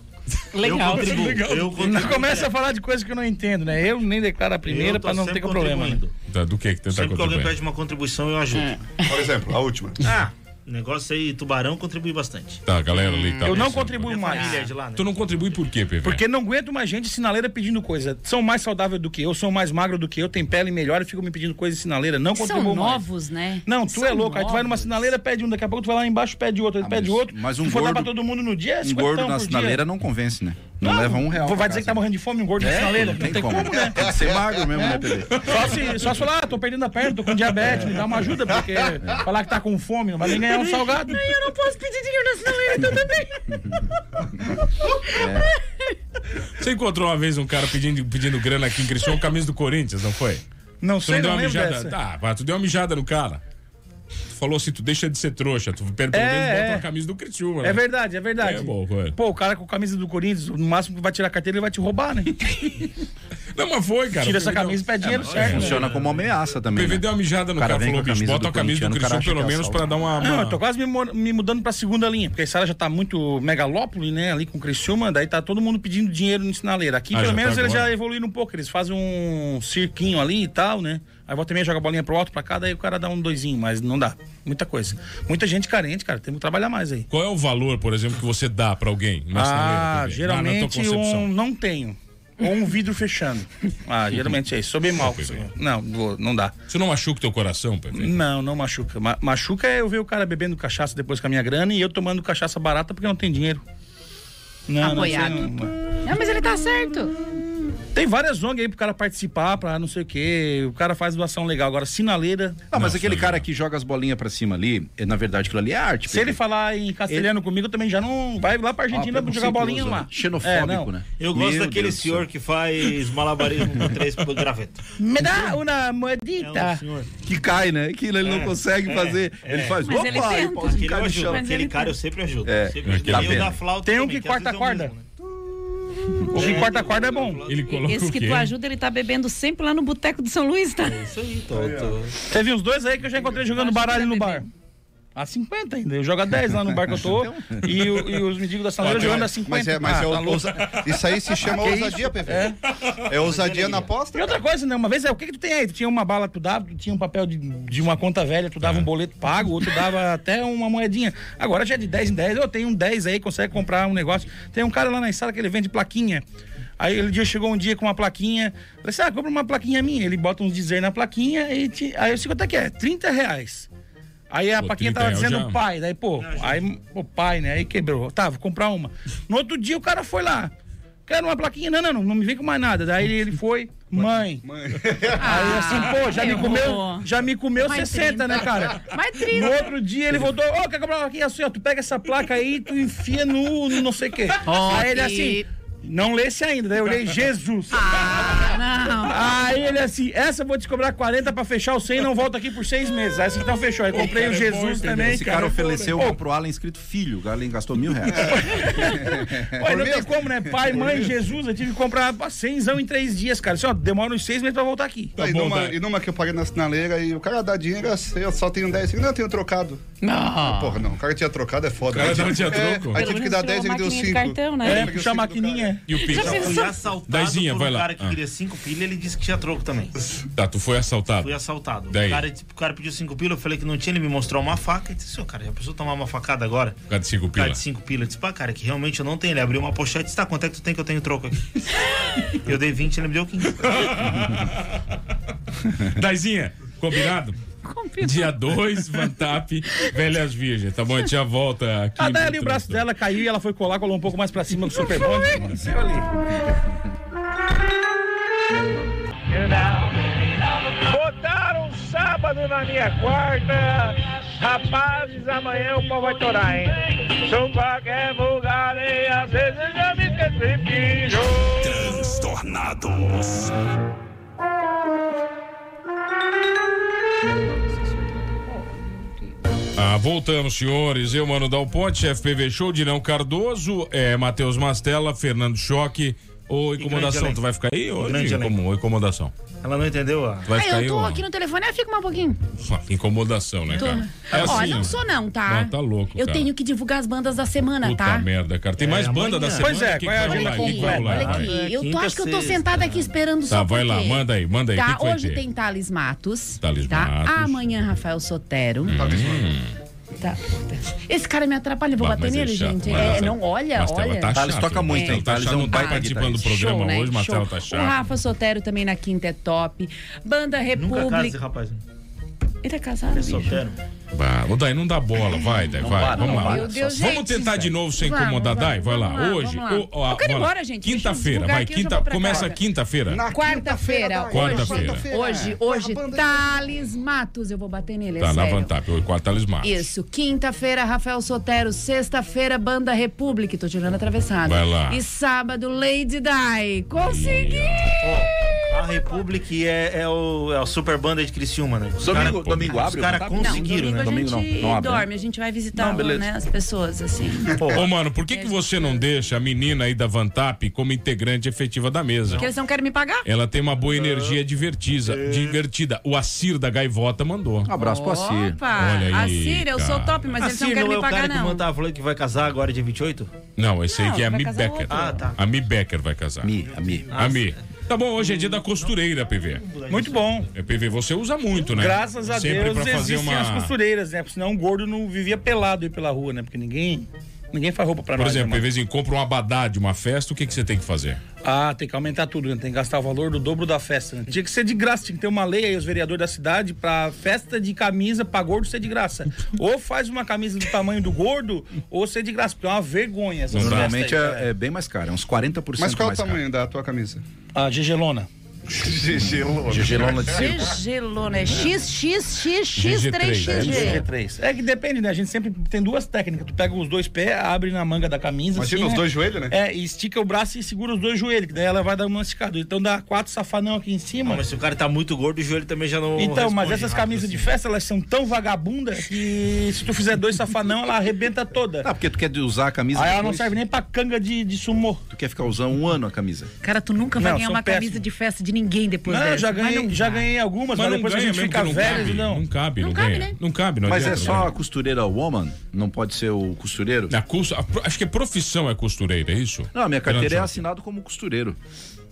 S1: é
S8: Eu contribuo. Eu
S1: Não
S8: contribuo.
S1: começa a falar de coisas que eu não entendo, né? Eu nem declaro a primeira
S8: Eu tô
S1: pra não ter
S8: sempre
S1: problema. né? É.
S8: contribuindo.
S6: Tá, do que que tentar
S8: Sempre que alguém pede
S6: contribuir?
S8: uma contribuição, eu ajudo.
S7: Por exemplo, a última.
S8: Ah, negócio aí, tubarão contribui bastante.
S6: Tá, galera ali tá
S1: Eu não
S6: pensando.
S1: contribuo
S8: Minha família é
S1: mais.
S8: de lá, né?
S6: Tu não contribui por quê, PV?
S1: Porque não aguento mais gente sinaleira pedindo coisa. São mais saudáveis do que eu, são mais magros do que eu, tem pele melhor e ficam me pedindo coisa de sinaleira. Não
S10: São
S1: contribuo mais.
S10: novos, né?
S1: Não, tu
S10: São
S1: é louco. Aí tu vai numa
S10: novos.
S1: sinaleira, pede um, daqui a pouco tu vai lá embaixo, pede outro, ele
S4: Ah,
S1: pede
S4: mas-
S1: outro.
S4: mas um
S1: Se for dar pra
S4: gordo-
S1: todo mundo no dia, é
S4: Um gordo
S1: cinquentão
S4: na
S1: por dia.
S4: sinaleira não convence, né? Não, leva um real.
S1: Pô, Vai
S4: pra
S1: dizer que
S4: casa.
S1: tá morrendo de fome um
S6: É?
S1: gordo na sinaleira? Não, tem como, né? É.
S4: Tem que ser magro mesmo, né, Pedro?
S1: Só se, só se falar, ah, tô perdendo a perna, tô com diabetes, me dá uma ajuda, porque falar que tá com fome, não vai nem ganhar um salgado.
S10: Eu não posso pedir dinheiro na sinaleira, então também.
S6: Você encontrou uma vez um cara pedindo, pedindo grana aqui em Criciúma, camisa do Corinthians, não foi?
S1: [laughs] Não
S6: Tu
S1: sei,
S6: não deu
S1: não
S6: uma
S1: lembro
S6: mijada?
S1: dessa.
S6: Tá, pá, tu deu uma mijada no cara. Tu falou assim, tu deixa de ser trouxa, tu pelo pelo
S1: É,
S6: menos bota
S1: é.
S6: uma camisa do Criciúma. né?
S1: É verdade, é verdade.
S6: É bom, velho.
S1: Pô, o cara com a camisa do Corinthians, no máximo que vai tirar a carteira, ele vai te roubar, né?
S6: Não, mas foi, cara.
S1: Tira
S6: O
S1: essa
S6: PV deu-
S1: camisa e pede dinheiro certo. né?
S4: Funciona como ameaça
S6: O
S4: também.
S6: PV
S4: né?
S6: deu uma mijada no
S4: O cara
S6: cara,
S4: vem
S6: falou,
S4: com a
S6: bicho,
S4: camisa
S6: bota
S4: do
S6: a camisa do
S4: Corinthians, o cara
S6: Criciúma
S4: acha
S6: pelo
S4: que é
S6: menos
S4: assalto.
S6: pra dar uma...
S1: Não,
S6: uma-
S1: eu tô quase me, mo- me mudando pra segunda linha, porque a Sara já tá muito megalópole, né? Ali com o Criciúma, daí tá todo mundo pedindo dinheiro no sinaleiro. Aqui,
S6: Ah, já
S1: pelo menos,
S6: tá
S1: eles
S6: agora.
S1: já evoluíram um pouco. Eles fazem um cirquinho ali e tal, né? Aí volta e meia joga a bolinha pro alto, pra cá, daí o cara dá um doisinho, mas não dá. Muita coisa. Muita é gente carente, cara. Temos que trabalhar mais aí.
S6: Qual é o valor, por exemplo, que você dá pra alguém? na sinaleira,
S1: Ah,
S6: PV?
S1: geralmente
S6: na tua
S1: um
S6: concepção.
S1: não tenho. Ou um vidro [laughs] fechando. Ah, geralmente é isso. Sou bem mal.
S6: Perfeito.
S1: Não, vou- não dá.
S6: Você não machuca o teu coração, PV?
S1: Não, não machuca. Ma- machuca é eu ver o cara bebendo cachaça depois com a minha grana e eu tomando cachaça barata porque eu não tenho dinheiro. Não,
S10: Tá Apoiado.
S1: Não, sei, não.
S10: Não, mas ele tá certo.
S1: Tem várias ONG aí pro cara participar, pra não sei o quê. O cara faz doação legal. Agora, sinaleira.
S4: Ah, mas
S6: Não,
S4: aquele
S6: foi
S4: cara
S6: legal.
S4: que joga as bolinhas pra cima ali, é, na verdade aquilo ali é arte.
S1: Se ele falar em castelhano comigo, eu também já não. Vai lá pra Argentina
S4: Ah,
S1: pra jogar bolinha lá.
S4: Xenofóbico,
S1: É, não.
S4: né?
S8: Eu gosto
S4: Meu
S8: daquele
S4: Deus do
S8: senhor
S4: céu.
S8: que faz malabarismo
S1: [laughs]
S8: com três por graveto.
S1: Me dá uma
S8: É um
S1: moedita.
S8: senhor.
S4: que cai, né? Que ele
S1: É.
S4: não consegue fazer. ele faz,
S10: Mas ele
S4: opa, e
S10: tenta.
S4: pô,
S8: Aquele, eu
S4: cai no
S8: ajudo,
S4: chão.
S10: Mas
S8: aquele
S10: ele-
S8: cara eu sempre ajudo.
S4: É,
S8: sempre ajudo.
S6: aquele
S8: E eu
S6: mesmo.
S8: da flauta
S1: Tem um
S8: também,
S1: que
S8: às
S1: corta a
S8: vezes é o
S1: corda.
S8: mesmo, né?
S1: O que corta a corda é bom.
S6: Ele coloca
S10: Esse
S6: o quê?
S10: que tu ajuda, ele tá bebendo sempre lá no Boteco do São Luís, tá?
S8: Isso aí, tô, tô.
S1: Teve uns dois aí que eu já encontrei jogando baralho no bar. A 50 ainda. Eu jogo a 10 lá [laughs] no bar que eu tô. e, o- e os mendigos da sala jogando a 50.
S7: Mas é, mas
S1: Ah,
S7: é
S1: tá louco.
S7: ousa... Isso aí se chama ousadia, PV. É, ousadia na aposta.
S1: E outra coisa, né? Uma vez, é, o que que tu tem aí? Tu tinha uma bala, tu dava, tu tinha um papel de, de uma conta velha, tu
S6: É.
S1: dava um boleto pago, outro
S6: [laughs]
S1: dava até uma moedinha. Agora já é de 10 em 10, eu tenho um 10 aí, consegue comprar um negócio. Tem um cara lá na sala que ele vende plaquinha. Aí ele dia chegou um dia com uma plaquinha, eu falei assim, ah, compra uma plaquinha minha. Ele bota uns dizer na plaquinha e te... aí eu sei quanto é que é, 30 reais. Aí a
S6: Pô,
S1: plaquinha
S6: 30
S1: tava
S6: reais
S1: dizendo
S6: já-
S1: pai, daí, pô, aí o pai, né? Aí quebrou. Tá, vou comprar uma. No outro dia o cara foi lá. Quero uma plaquinha. Não, não, não, não me vem com mais nada. Daí ele foi, mãe. Aí assim, pô, já me
S10: Ah, errou.
S1: comeu, já me comeu
S10: Mais
S1: 60, né,
S10: 30.
S1: cara?
S10: Mais
S1: No
S10: 30.
S1: outro dia ele voltou, ô, quer comprar uma plaquinha assim, ó, tu pega essa placa aí e tu enfia no, no não sei o quê.
S10: Ó,
S1: Aí ele assim,
S10: que-
S1: não lê esse ainda. Daí eu olhei, Jesus.
S10: Não.
S1: Aí ele assim, essa eu vou te cobrar 40 pra fechar o 100 não volta aqui por seis meses. Aí assim, então fechou. Aí comprei
S6: cara
S1: o
S6: é bom,
S1: Jesus
S6: entendeu?
S1: também.
S4: Esse cara ofereceu
S1: Pô,
S4: uma pro Alan escrito filho. O Alan gastou mil reais. Um
S1: Ué, não tem como, né? Pai, mãe, Jesus, eu tive que comprar pra 100 em três dias, cara. Assim, ó, demora uns seis meses pra voltar aqui.
S7: e,
S6: bom,
S7: numa,
S6: tá.
S7: e numa que eu paguei na sinaleira e o cara dá dinheiro, eu só tenho 10. Não, eu tenho trocado.
S3: Não. Porra, não. O cara tinha trocado é foda.
S6: O cara
S3: Aí
S6: não
S3: tive-
S6: tinha
S3: é,
S6: troco.
S3: Aí tive
S10: Pelo
S3: que
S10: menos
S3: dar
S10: tirou
S3: 10 e
S10: uma
S3: ele deu
S10: maquininha de
S3: 5.
S10: cartão, né?
S9: É,
S3: Pega o
S9: puxar a
S3: cinco do
S9: maquininha.
S6: E o
S10: Já
S6: Pix?
S8: Já fui
S10: pensou?
S8: assaltado
S6: Dezinha,
S8: por
S6: vai
S8: um
S6: lá.
S8: cara que
S6: Ah.
S8: queria cinco pilha, ele disse que tinha troco também.
S6: Tá, tu foi assaltado.
S8: Fui assaltado.
S6: Daí?
S8: O cara, tipo, o cara pediu cinco pila, eu falei que não tinha, ele me mostrou uma faca. Eu disse, "Seu cara, já precisou tomar uma facada agora?
S6: Por causa de cinco
S8: O cara
S6: pila.
S8: de cinco pila. Eu disse, pá, cara, que realmente eu não tenho. Ele abriu uma pochete e disse, tá, quanto é que tu tem que eu tenho troco aqui? eu dei 20, ele me deu 15.
S6: Daizinha, combinado?
S10: Combinou.
S6: Dia 2, Vantap, Velhas Virgens, tá bom? A tia volta aqui.
S1: Ah,
S9: A daí
S6: no
S9: ali o braço
S6: trânsito.
S9: dela caiu e ela foi colar, colou um pouco mais pra cima do Super Bond. Aconteceu ali.
S11: Botaram sábado na minha quarta. Rapazes, amanhã o pau vai torar, hein? Chumba que é vulgar, e às vezes eu me esqueci que
S12: Transtornados.
S6: Ah, voltamos, senhores. Eu, Mano Dal Ponte, chefe PV Show, Dirão Cardoso, é, Matheus Mastella, Fernando Choque. Ô, incomodação,
S8: elenco.
S6: tu vai ficar aí
S8: grande
S6: hoje?
S8: elenco.
S6: Como, ô, incomodação.
S8: Ela não entendeu a...
S6: Tu vai
S10: Ah,
S6: ficar aí,
S10: eu tô
S6: ô?
S10: aqui no telefone, ah, fica mais um pouquinho.
S6: Incomodação, né,
S10: Tô.
S6: cara? É
S10: Ó,
S6: assim,
S10: não
S6: ó.
S10: sou não, tá?
S6: Não, tá louco,
S10: Eu
S6: cara.
S10: tenho que divulgar as bandas da semana,
S6: Puta
S10: tá?
S6: merda, cara. Tem mais banda da
S8: amanhã.
S6: semana?
S9: Pois é,
S6: que
S9: qual é a
S6: vai
S9: agenda
S6: rolar? Que que vai
S9: completa?
S6: rolar?
S10: Olha
S6: Vai.
S10: aqui,
S8: Vai.
S10: eu tô,
S8: Quinta,
S10: acho que eu tô
S8: sexta.
S10: sentada aqui esperando
S6: Tá,
S10: só
S6: vai lá,
S10: porque-
S6: manda aí, manda aí. O que
S10: Tá,
S6: que vai
S10: hoje
S6: ter?
S10: tem Thales Matos.
S6: Thales
S10: tá?
S6: Matos. Hum.
S10: Amanhã, Rafael Sotero. Tá. Esse cara me atrapalha, eu vou
S6: Bah,
S10: bater
S6: mas é
S10: nele,
S6: chato,
S10: gente.
S6: mas
S10: É,
S6: tá-
S10: não, olha,
S6: Mastella
S10: olha.
S6: Tá
S4: Thales
S6: chato,
S4: toca muito,
S6: Mastella.
S4: hein? Thales é um
S6: não tá
S4: baita
S6: participando do
S4: guitarrista.
S6: programa
S10: Show, né?
S6: hoje, Marcelo
S10: Show.
S6: tá
S10: O
S6: chato.
S10: Rafa Sotero também na quinta é top. Banda
S8: Nunca casa esse
S10: República.
S8: rapaz. né?
S10: Ele é casado, bicho.
S8: Solteiro.
S6: Bah, ô, Dai, não dá bola, vai, Dai, vai.
S4: para,
S6: vamos
S4: não
S6: lá.
S4: para.
S10: Meu Deus,
S6: vamos
S10: gente.
S6: tentar de novo sem
S10: Vamos,
S6: incomodar,
S10: vamos,
S6: Dai. Vai lá.
S10: vamos lá,
S6: Hoje.
S10: vamos lá.
S6: ô, ó,
S10: Eu quero ir
S6: vai lá.
S10: embora, gente. Deixa eu
S6: Quinta-feira,
S10: divulgar
S6: vai.
S10: aqui, eu já
S6: Quinta,
S10: vou pra
S6: começa
S10: casa.
S6: quinta-feira.
S3: Na
S10: Quarta-feira,
S3: Dai,
S6: Quarta-feira.
S10: hoje, hoje, hoje,
S3: A banda-
S10: Thales Matos, eu vou bater nele, é
S6: Tá na
S10: sério.
S6: Vantap, o quarto talismã.
S10: Isso, quinta-feira, Rafael Sotero, sexta-feira, Banda República, tô tirando atravessado.
S6: Vai lá.
S10: E sábado, Lady Di, consegui!
S8: Ó, a Republic é, é, o, é a super banda de Criciúma, né? Os
S4: Domingo- domingo
S8: os
S4: abre o
S8: caras
S4: Vantap?
S10: Não,
S8: conseguiram,
S10: domingo
S8: né?
S10: a
S4: Domingo
S10: gente
S4: não, não abre, né?
S10: dorme, a gente vai visitar
S4: Não, beleza. Então.
S10: né, as pessoas, assim.
S6: Ô, mano, por que, que você não deixa a menina aí da Vantap como integrante efetiva da mesa?
S10: Porque eles não querem me pagar.
S6: Ela tem uma boa energia divertida. divertida. O Assir da Gaivota mandou.
S4: Um abraço pro Assir.
S10: Opa,
S6: Olha aí,
S10: a Síria, eu sou
S6: cara.
S10: top, mas eles não
S8: Assim,
S10: querem
S8: não é
S10: me
S8: o cara
S10: pagar,
S8: que o
S10: não.
S8: Mano tava falando que vai casar agora dia 28?
S6: Não, esse aí
S10: Não,
S6: que é a
S10: vai
S6: Mi
S10: casar
S6: Becker.
S10: outro. Ah,
S8: tá.
S6: A Mi Becker vai casar.
S4: Mi, a Mi.
S6: A Mi. Tá bom, hoje é dia da costureira, PV.
S9: Muito bom.
S6: É, PV, você usa muito, né?
S9: Graças a
S6: Sempre
S9: Deus
S6: pra fazer
S9: existem
S6: uma...
S9: as costureiras, né? Porque senão o gordo não vivia pelado aí pela rua, né? Porque ninguém. Ninguém faz roupa pra
S6: Por
S9: nós.
S6: exemplo,
S9: né,
S6: em vez de compra um abadá de uma festa, o que, que você tem que fazer?
S9: Ah, tem que aumentar tudo, né? Tem que gastar o valor do dobro da festa. Né? Tinha que ser de graça, tinha que ter uma lei aí, os vereadores da cidade, pra festa de camisa pra gordo ser
S6: [laughs]
S9: de graça. ou faz uma camisa do tamanho do gordo, ou ser de graça, porque é uma vergonha essas festas
S4: Normalmente
S9: aí, né,
S4: é,
S9: cara.
S4: é bem mais caro, é uns 40%
S3: Mas qual é o
S4: mais caro.
S3: tamanho da tua camisa?
S9: A Ah, Gegelona.
S3: Gelo.
S4: Gelona de circo.
S10: Gelona, é XXXX3XG.
S9: G3. É que depende, né? A gente sempre tem duas técnicas. Tu pega os dois pés, abre na manga da camisa.
S3: Imagina
S9: assim,
S3: os
S9: né?
S3: dois joelhos, né?
S9: É, e estica o braço e segura os dois joelhos, que daí ela vai dar uma esticada. Então dá quatro safanão aqui em cima.
S8: Não, mas se o cara tá muito gordo, o joelho também já não.
S9: Então, mas
S8: responde
S9: essas
S8: rápido,
S9: camisas de
S8: assim.
S9: festa, elas são tão vagabundas que se tu fizer dois safanão, ela arrebenta toda.
S4: Ah, porque tu quer usar a camisa
S9: Aí Ah, ela não
S4: depois?
S9: serve nem pra canga de, de sumô.
S4: Tu quer ficar usando um ano a camisa.
S10: Cara, tu nunca vai
S9: Não,
S10: ganhar
S9: sou
S10: uma camisa
S9: péssimo.
S10: de festa de ninguém depois
S9: Não,
S10: dessa.
S9: eu já
S10: é. Mas
S9: ganhei,
S10: não
S9: já
S10: dá.
S9: ganhei algumas, mas,
S6: Mas não
S9: depois
S6: ganha
S9: a gente
S6: mesmo,
S9: fica
S6: que não
S9: velho,
S6: cabe.
S9: não.
S6: Não cabe, não,
S10: Não
S6: ganha.
S10: cabe, né?
S6: Não cabe, não
S4: Mas é
S6: adianta,
S4: só
S6: né?
S4: a costureira woman? Não pode ser o costureiro?
S6: Na cus- a pro- Acho que é profissão é costureira, é isso?
S4: Não, a minha carteira é
S6: Fernando Choque.
S4: assinado como costureiro.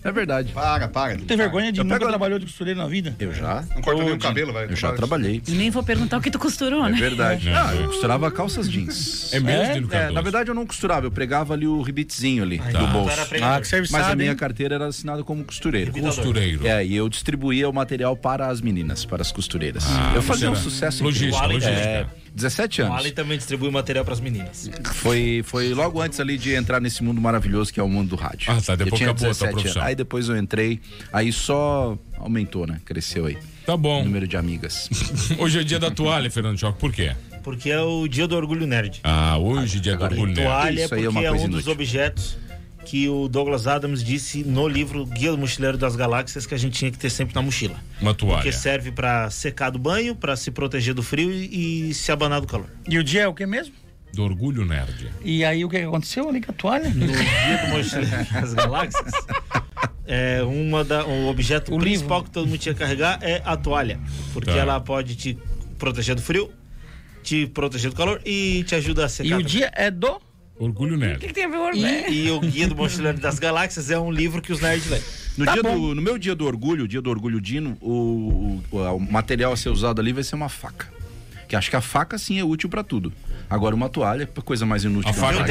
S4: É verdade.
S3: Para, para.
S9: Tem vergonha de
S4: Eu
S9: nunca
S4: pego-
S9: trabalhou de costureiro na vida?
S4: Eu já.
S3: Não corta nem o cabelo, vai.
S4: Eu já trabalhei.
S10: E nem vou perguntar o que tu costurou,
S4: É
S10: né?
S4: verdade.
S6: É.
S4: Ah, eu costurava calças jeans.
S6: É mesmo,
S9: É,
S6: Dino
S4: É,
S6: Cardoso?
S4: na verdade eu não costurava, eu pregava ali o ribitezinho ali do bolso.
S8: Era pra-
S9: Ah, que serve
S4: Mas a
S9: sabe,
S4: minha
S9: hein?
S4: carteira era assinada como costureiro.
S6: costureiro.
S4: É, e eu distribuía o material para as meninas, para as costureiras. eu fazia um sucesso incrível.
S8: O
S6: Ah, Logística,
S8: Allen-
S4: É,
S6: logística.
S4: 17
S8: O
S4: anos.
S8: Allen também distribui material pras meninas.
S4: Foi, foi logo antes ali de entrar nesse mundo maravilhoso que é o mundo do rádio.
S6: Ah, tá, depois
S4: eu tinha
S6: acabou a tua
S4: 17 anos.
S6: profissão.
S4: Aí depois eu entrei, aí só aumentou, né? Cresceu aí.
S6: Tá
S4: O
S6: bom. [laughs]
S4: número de amigas.
S6: Hoje é dia da toalha, Fernando Choque. Por quê?
S8: Porque é o dia do orgulho nerd.
S6: Ah, hoje é dia do
S4: agora
S6: orgulho.
S4: então,
S6: né?
S8: Toalha é
S4: Isso
S8: porque
S4: aí é
S8: é,
S4: uma
S8: um
S4: coisa
S8: dos
S4: inútil.
S8: objetos que o Douglas Adams disse no livro Guia do Mochileiro das Galáxias que a gente tinha que ter sempre na mochila.
S6: Uma toalha.
S8: Porque serve pra secar do banho, pra se proteger do frio e, e se abanar do calor.
S9: E o dia é o que mesmo?
S6: Do orgulho nerd.
S9: E aí o que que aconteceu ali com a toalha?
S8: No Guia do
S4: [laughs]
S8: Mochileiro das Galáxias, é uma da, o objeto
S9: O
S8: principal
S9: livro.
S8: que todo mundo tinha que carregar é a toalha. Porque
S6: Tá.
S8: ela pode te proteger do frio, te proteger do calor e te ajuda a secar.
S2: E o
S8: dia
S1: é do?
S6: Orgulho Nerd.
S10: que [laughs] tem a ver o
S8: E, e o Guia do Mochileiro das Galáxias é um livro que os nerds leem.
S4: No,
S6: Tá
S4: dia do, no meu dia do orgulho, dia do orgulho Dino, o, o- o material a ser usado ali vai ser uma faca. Que acho que a faca sim é útil pra tudo. Agora uma toalha é coisa mais inútil.
S6: A
S4: que
S6: faca,
S4: uma
S6: por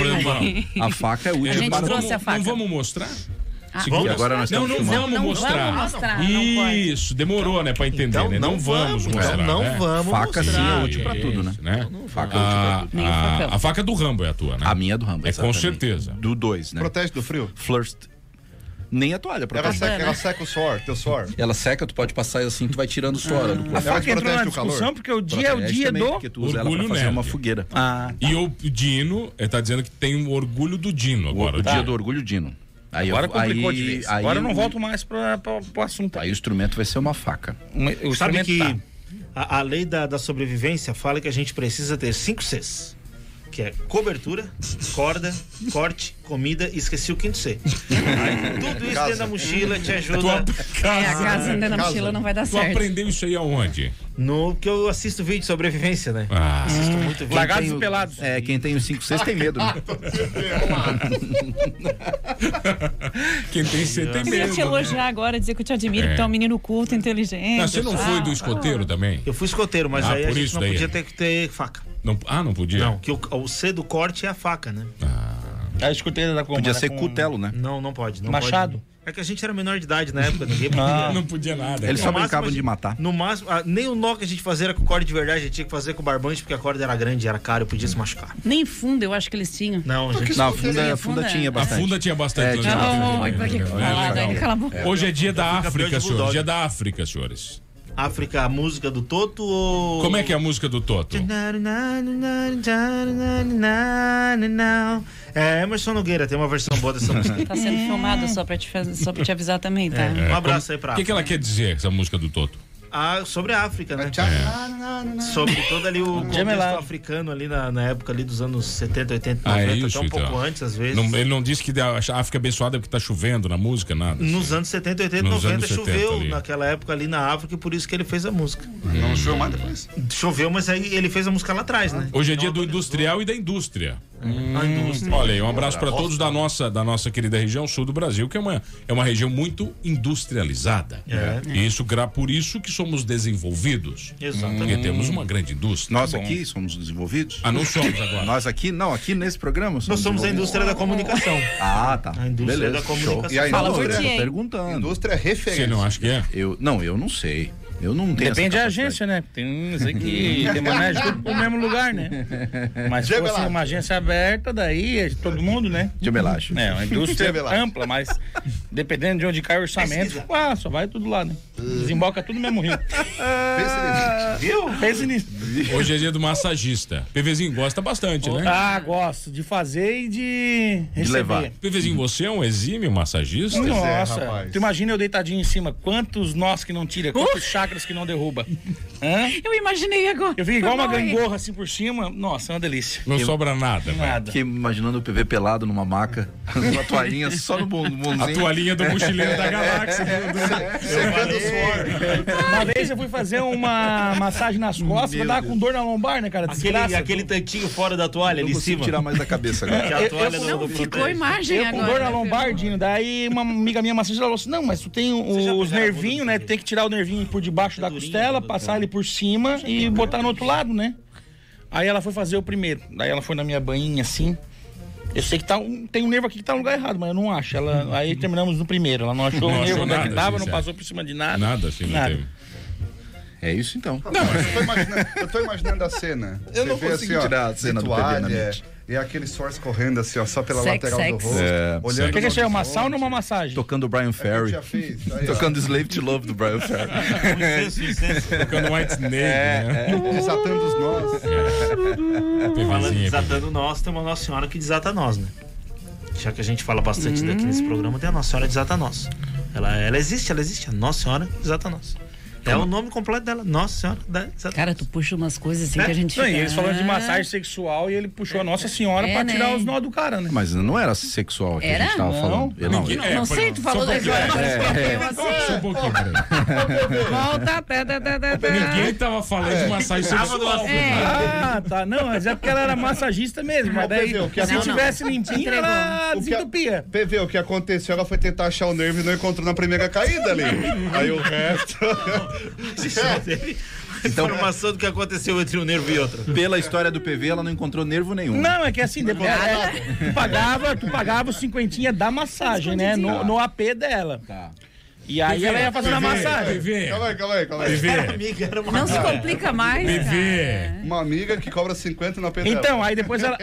S4: A faca é útil.
S6: [laughs] É,
S4: para
S6: mas vamos-
S4: tudo.
S6: Não vamos mostrar?
S4: Ah,
S6: Seguinte,
S4: vamos agora nós
S6: não,
S4: estamos
S6: não
S4: filmando.
S6: vamos
S4: Não
S6: mostrar.
S4: vamos mostrar, não
S6: Isso, demorou, né, pra entender,
S4: então
S6: né? Não,
S4: não vamos,
S6: vamos,
S4: então
S6: mostrar.
S4: não
S6: né?
S4: vamos Faca, sim, mostrar. é útil pra tudo, né?
S6: Isso, né?
S4: Faca
S6: a,
S4: útil pra tudo. Nem o
S6: a,
S4: papel.
S6: a faca do Rambo é a tua, né?
S4: A minha é do Rambo.
S6: É
S4: exatamente.
S6: com certeza.
S4: Do dois, né?
S7: Protege do frio?
S4: Flirst. Nem a toalha,
S7: Ela
S4: protege.
S7: seca, ela seca o suor, teu suor.
S4: Ela seca, tu pode passar assim, tu vai tirando o suor do corpo.
S7: A faca entrou na discussão
S1: porque o dia é o
S4: Protege
S1: dia
S4: também,
S1: do-
S4: Porque tu usa ela pra
S6: Orgulho
S4: fazer
S6: nerd.
S4: uma fogueira.
S6: E o Dino, ele tá dizendo que tem um orgulho do Dino agora.
S4: o dia do orgulho Dino. Aí eu-
S1: Agora complicou
S4: aí-
S1: de vez.
S4: aí
S1: Agora eu não
S4: o-
S1: volto mais pra, pra, pro assunto.
S4: Aí o instrumento vai ser uma faca.
S1: um,
S8: Sabe que
S1: tá.
S8: a, a lei da, da sobrevivência fala que a gente precisa ter cinco Cs. Que é cobertura, corda, corte, comida e esqueci o quinto C. Aí, tudo isso dentro da mochila te
S6: Tu
S8: ajuda.
S6: ap- casa.
S10: É, a casa dentro da
S8: Casa.
S10: mochila não vai dar
S6: Tu
S10: certo.
S6: aprendeu isso aí aonde?
S8: No que eu assisto vídeo de sobrevivência, né?
S6: Ah.
S8: Assisto muito vídeo.
S4: Quem tem o- É, quem tem os cinco Cs tem medo, né?
S6: Quem tem C tem né?
S10: Eu ia
S6: medo.
S10: te elogiar agora, dizer que eu te admiro,
S6: É.
S10: que tu é um menino culto, inteligente.
S6: Mas você não
S10: tal.
S6: foi do escoteiro também?
S8: Eu fui escoteiro, mas
S6: Ah,
S8: aí a
S6: por
S8: gente
S6: isso
S8: não
S6: daí.
S8: podia ter que ter faca.
S6: Não- ah, não podia?
S8: Não, que o, o C do corte é a faca, né?
S6: Ah.
S1: A escoteira da
S4: Podia ser cutelo, né?
S8: Não, não pode. Não
S4: Machado?
S8: pode. É que a gente era menor de idade na época, ninguém podia.
S6: Não podia nada.
S4: Eles só
S8: No máximo, a
S4: brincavam de
S8: gente-
S4: matar.
S8: No máximo, ah, nem o nó que a gente fazia era com corda de verdade, a gente tinha que fazer com barbante, porque a corda era grande, era cara, eu podia se machucar.
S10: Nem funda, eu acho que eles tinham.
S8: Não, a gente
S4: Não, a funda, a funda
S10: Funda é.
S4: tinha bastante.
S6: A funda tinha bastante.
S4: É, tinha
S6: né?
S4: bastante.
S10: Oi, pra que né? falar, Dani? Cala a boca.
S6: Hoje é dia da
S8: Fica pior
S6: África,
S8: de
S6: senhores.
S8: bulldog.
S6: Dia da África, senhores.
S8: África, a música do Toto ou.
S6: Como é que é a música do Toto?
S8: Um É Emerson Nogueira, tem uma versão boa dessa música.
S10: Tá sendo filmado só pra te, faz- só pra te avisar também, tá?
S6: É.
S8: Um abraço aí pra
S6: O que, que ela quer dizer, essa música do Toto?
S8: Ah, sobre a África, né? Sobre todo ali o contexto
S1: Gemelado.
S8: africano ali na, na época ali dos anos 70, 80, 90,
S6: Ah, é
S8: até
S6: isso,
S8: um pouco
S6: então.
S8: antes, às vezes.
S6: Não- ele não disse que a África é abençoada porque tá chovendo na música, nada.
S8: Nos anos 70, 80,
S6: Nos
S8: 90
S6: anos 70
S8: choveu
S6: ali.
S8: naquela época ali na África e por isso que ele fez a música.
S7: Não choveu mais depois.
S8: Choveu, mas aí ele fez a música lá atrás, né?
S6: Hoje é dia do industrial e da indústria.
S8: Hum. A indústria.
S6: Olha aí, um abraço para todos da nossa, da nossa querida região sul do Brasil, que é uma, é uma região muito industrializada.
S8: É.
S6: E isso, gra- por isso que somos desenvolvidos. Porque
S8: Exatamente.
S6: temos uma grande indústria.
S4: Nós aqui somos desenvolvidos?
S6: Ah, não somos agora.
S4: Tá Nós aqui, não, aqui nesse programa somos
S8: Nós somos a indústria da comunicação.
S4: Ah, tá.
S8: A indústria
S4: Beleza,
S8: da comunicação.
S4: show.
S7: E a
S10: Fala
S7: indústria,
S10: por ti,
S4: Tô
S10: hein?
S7: a
S4: perguntando.
S7: indústria é
S6: Você
S7: referência.
S6: não acha que é?
S4: Eu, não, eu não sei. Eu não tenho
S1: Depende da
S4: essa
S1: agência, né? Tem uns aí que
S4: [laughs]
S1: tem manejo tudo pro mesmo lugar, né? Mas se fosse
S7: Gemelagem.
S1: uma agência aberta, daí é de todo mundo, né?
S4: De melagem.
S1: É, uma indústria
S7: Gemelagem.
S1: ampla, mas dependendo de onde cai o orçamento, ah, só vai tudo lá, né?
S4: Ah.
S1: Desemboca tudo no mesmo
S4: [laughs]
S1: rio.
S7: é
S8: Viu?
S1: Pense nisso.
S6: Hoje é dia do massagista. PVzinho gosta bastante, né?
S1: Ah, gosto de fazer e de receber.
S4: levar.
S6: PVzinho, você é um exímio massagista?
S1: Nossa,
S7: é, rapaz.
S1: tu imagina eu deitadinho em cima, quantos nós que não tira, quantos chakras que não derruba. Hã?
S10: Eu imaginei agora.
S1: Eu fico igual uma
S10: Não, hein?
S1: gangorra assim por cima, nossa, é uma delícia.
S6: Não sobra nada, né?
S1: Nada.
S4: Fiquei imaginando o PV pelado numa maca, [laughs] uma toalhinha só no bom-
S6: A
S4: bonzinho.
S1: assim.
S6: toalhinha do
S7: É.
S6: mochileiro tá- da galáxia.
S7: Secando o suor.
S1: Uma vez eu fui fazer uma massagem nas costas, eu tava com dor na lombar, né, cara?
S8: Aquele,
S1: Desgraça.
S8: aquele tantinho fora da toalha
S4: Não
S8: ali em
S4: consigo
S8: cima.
S4: assim, tirar mais da cabeça
S8: Que [laughs]
S4: agora.
S8: a
S1: Eu-
S8: toalha
S1: eu-
S8: do-
S1: não,
S8: do-
S10: Ficou imagem
S1: Eu
S10: agora.
S1: com dor na
S10: né,
S1: lombar,
S10: Fernando?
S1: Dinho. é Daí uma amiga minha massagista ela falou assim: não, mas tu tem
S8: já
S1: os
S8: fizeram a
S1: nervinhos,
S8: mudança
S1: né?
S8: de-
S1: Tem que tirar o nervinho por debaixo da
S8: durinho,
S1: costela,
S8: né,
S1: passar ele por cima e botar no outro lado, né? Aí ela foi fazer o primeiro. Daí ela foi na minha banhinha assim. Eu sei que tá um- tem um nervo aqui que tá no lugar errado, mas eu não acho. Ela, aí terminamos no primeiro. Ela [laughs] não achou
S6: Não
S1: o
S6: achou
S1: nervo onde é que
S6: nada,
S1: tava, não
S6: sincero.
S1: passou por cima de nada.
S6: Nada assim, não
S1: Nada.
S6: teve.
S4: É isso então.
S7: Eu tô imaginando- Eu tô imaginando a cena.
S4: Eu não
S7: vê assim,
S4: consigo
S7: ó,
S4: tirar a cena do
S7: toalha,
S4: PV na mente.
S7: E aquele suor escorrendo assim, ó, só pela
S10: Sex,
S7: lateral
S10: sex.
S7: do rosto.
S4: É,
S7: olhando
S1: O que, que é isso aí? Uma
S7: no
S1: sauna ou uma massagem?
S4: Tocando o Brian
S7: horizonte.
S4: Ferry.
S7: Já fez, aí, ó.
S4: Tocando Slave to Love do Brian Ferry.
S8: Incenso, incenso.
S1: [laughs]
S6: Tocando White
S1: É,
S6: Snake, né?
S7: Desatando os nós.
S8: Falando
S6: PVzinho, é
S8: desatando nós, tem uma Nossa Senhora que desata nós, né? Já que a gente fala bastante daqui nesse programa, tem a Nossa Senhora desata nós. Ela, ela existe, ela existe. A Nossa Senhora desata nós. É o nome completo dela. Nossa senhora. Da,
S13: Cara, tu puxa umas coisas assim que a gente
S1: É. Não, e
S13: fica,
S1: eles falaram de
S13: ah.
S1: massagem sexual e ele puxou a Nossa Senhora
S13: É,
S1: pra
S13: né?
S1: tirar os nós do cara, né?
S4: Mas não era sexual que a
S13: Era?
S4: gente tava
S13: Não.
S4: falando.
S6: É,
S13: Não, não sei, tu falou das
S6: um
S13: horas que eu assim.
S6: Só um pouquinho, peraí.
S13: Volta, tá, tá, tá, tá, tá.
S6: Ninguém tava falando
S1: É.
S6: de massagem sexual.
S13: É.
S1: Ah, tá. Não, mas é porque ela era massagista mesmo. Mas
S3: Ô,
S1: daí,
S3: Pedro, o que
S1: se
S3: aconteceu?
S1: tivesse limpinho, ela
S3: O que a-
S1: desentupia.
S3: PV, o que aconteceu? Ela foi tentar achar o nervo e não encontrou na primeira caída ali. Aí o resto.
S4: Então-
S8: Informação do que aconteceu entre um nervo e outro.
S4: Pela história do PV, ela não encontrou nervo nenhum.
S1: Não, é que assim, depois é, tu pagava, tu pagava os cinquentinha da massagem, né? No, no AP dela.
S4: Tá.
S1: E aí
S6: PV,
S1: ela ia fazendo a
S6: PV,
S1: massagem.
S6: PV.
S3: Calma aí, calma aí, calma aí.
S6: PV. Era
S8: amiga, era
S13: Não se complica mais, cara.
S3: Uma amiga que cobra 50 na pedra.
S1: Então, aí depois ela.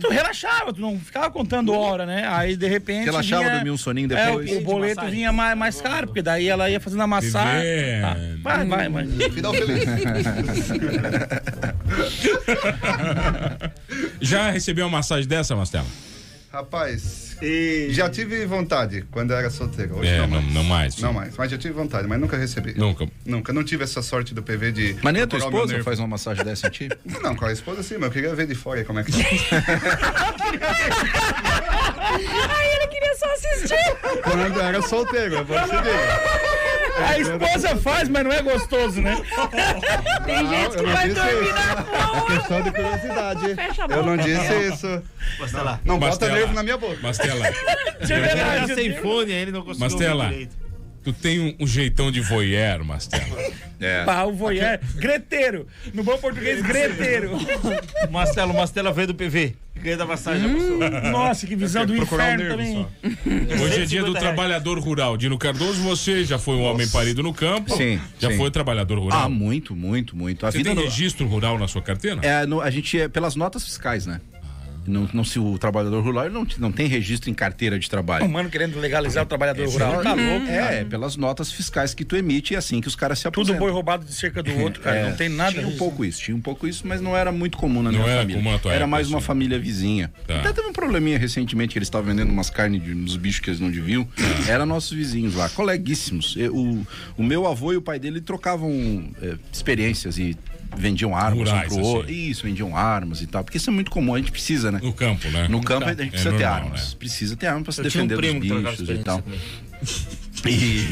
S1: Tu relaxava, tu não ficava contando hora, né? Aí de repente.
S4: Relaxava,
S1: vinha-
S4: dormia um soninho
S1: É,
S4: depois.
S1: o, o boleto vinha mais, mais caro, porque daí ela ia fazendo a massagem. Ah, vai, vai, mano.
S3: Final feliz.
S6: Já recebeu uma massagem dessa, Mastela?
S3: Rapaz, já tive vontade quando era solteiro. Hoje
S6: É,
S3: não,
S6: não,
S3: mais.
S6: não mais.
S3: Não mais, mas já tive vontade, mas nunca é recebi.
S6: Nunca.
S3: Nunca, não tive essa sorte do PV de.
S4: Mas nem a tua
S3: procurar o meu
S4: esposa
S3: nervo.
S4: faz uma massagem dessa em ti?
S3: Não, com a esposa sim, mas eu queria ver de fora como é [laughs] que tá.
S13: Ai, ele queria só assistir.
S3: Quando era solteiro, eu vou te dizer.
S1: A esposa faz, mas não é gostoso, né?
S13: Tem gente
S3: eu
S13: que
S3: não
S13: vai
S3: disse
S13: dormir
S3: isso.
S13: na rua.
S3: É questão de curiosidade.
S13: Fecha a boca.
S3: Eu não disse isso.
S8: Mastela.
S3: Não bota
S6: Mastela.
S3: nervo na minha boca.
S6: Mastela,
S8: Ele tá sem fone, aí ele não conseguiu
S6: Mastela,
S8: ouvir direito.
S6: tu tem um, um jeitão de voyeur, Mastela.
S4: É.
S1: Pá, Ah, o voyeur. Greteiro. No bom português, greteiro.
S8: Mastela, o Mastela veio do PV. Ganha da massagem
S6: Hum.
S8: da pessoa.
S1: Nossa, que visão do
S8: Procurar um
S1: inferno
S8: nervo
S1: também.
S6: Hoje é dia
S8: 150
S6: do
S8: reais.
S6: trabalhador rural. Dino Cardoso, você já foi um homem parido no campo.
S4: Sim,
S6: Já
S4: sim.
S6: foi trabalhador rural.
S4: Ah, muito, muito, muito. A
S6: você
S4: vida
S6: tem
S4: no-
S6: registro rural na sua carteira?
S4: é, no- a gente é pelas notas fiscais, né? Não, não se o trabalhador rural ele não, não tem registro em carteira de
S1: O
S4: trabalho.
S1: mano Um querendo legalizar o trabalhador rural. Tá louco, cara.
S4: É, é, pelas notas fiscais que tu emite e assim que os caras se
S1: Tudo
S4: aposentam.
S1: boi roubado de cerca
S4: [laughs]
S1: do outro, cara.
S4: É,
S1: Não tem nada.
S4: Tinha um
S1: disso.
S4: pouco isso, tinha um pouco isso, mas não era muito comum na
S6: Não
S4: minha
S6: era
S4: família.
S6: comum na tua
S4: era
S6: época,
S4: mais uma
S6: assim.
S4: família vizinha.
S6: Tá.
S4: Até teve um probleminha recentemente que eles estavam vendendo umas carnes de uns bichos que eles não deviam.
S6: [coughs]
S4: Eram nossos vizinhos lá, coleguíssimos. Eu- o, o meu avô e o pai dele trocavam é, experiências e vendiam armas
S6: Rurais,
S4: um pro outro.
S6: assim.
S4: Isso, vendiam armas e tal. porque isso é muito comum, a gente precisa, né?
S6: No campo, né?
S4: No campo a gente
S6: É
S4: precisa ter
S6: normal,
S4: armas.
S6: né?
S4: Precisa ter armas pra se
S8: Eu tinha um
S4: defender
S8: primo que
S4: dos
S8: trocava
S4: bichos e tal.
S8: experiência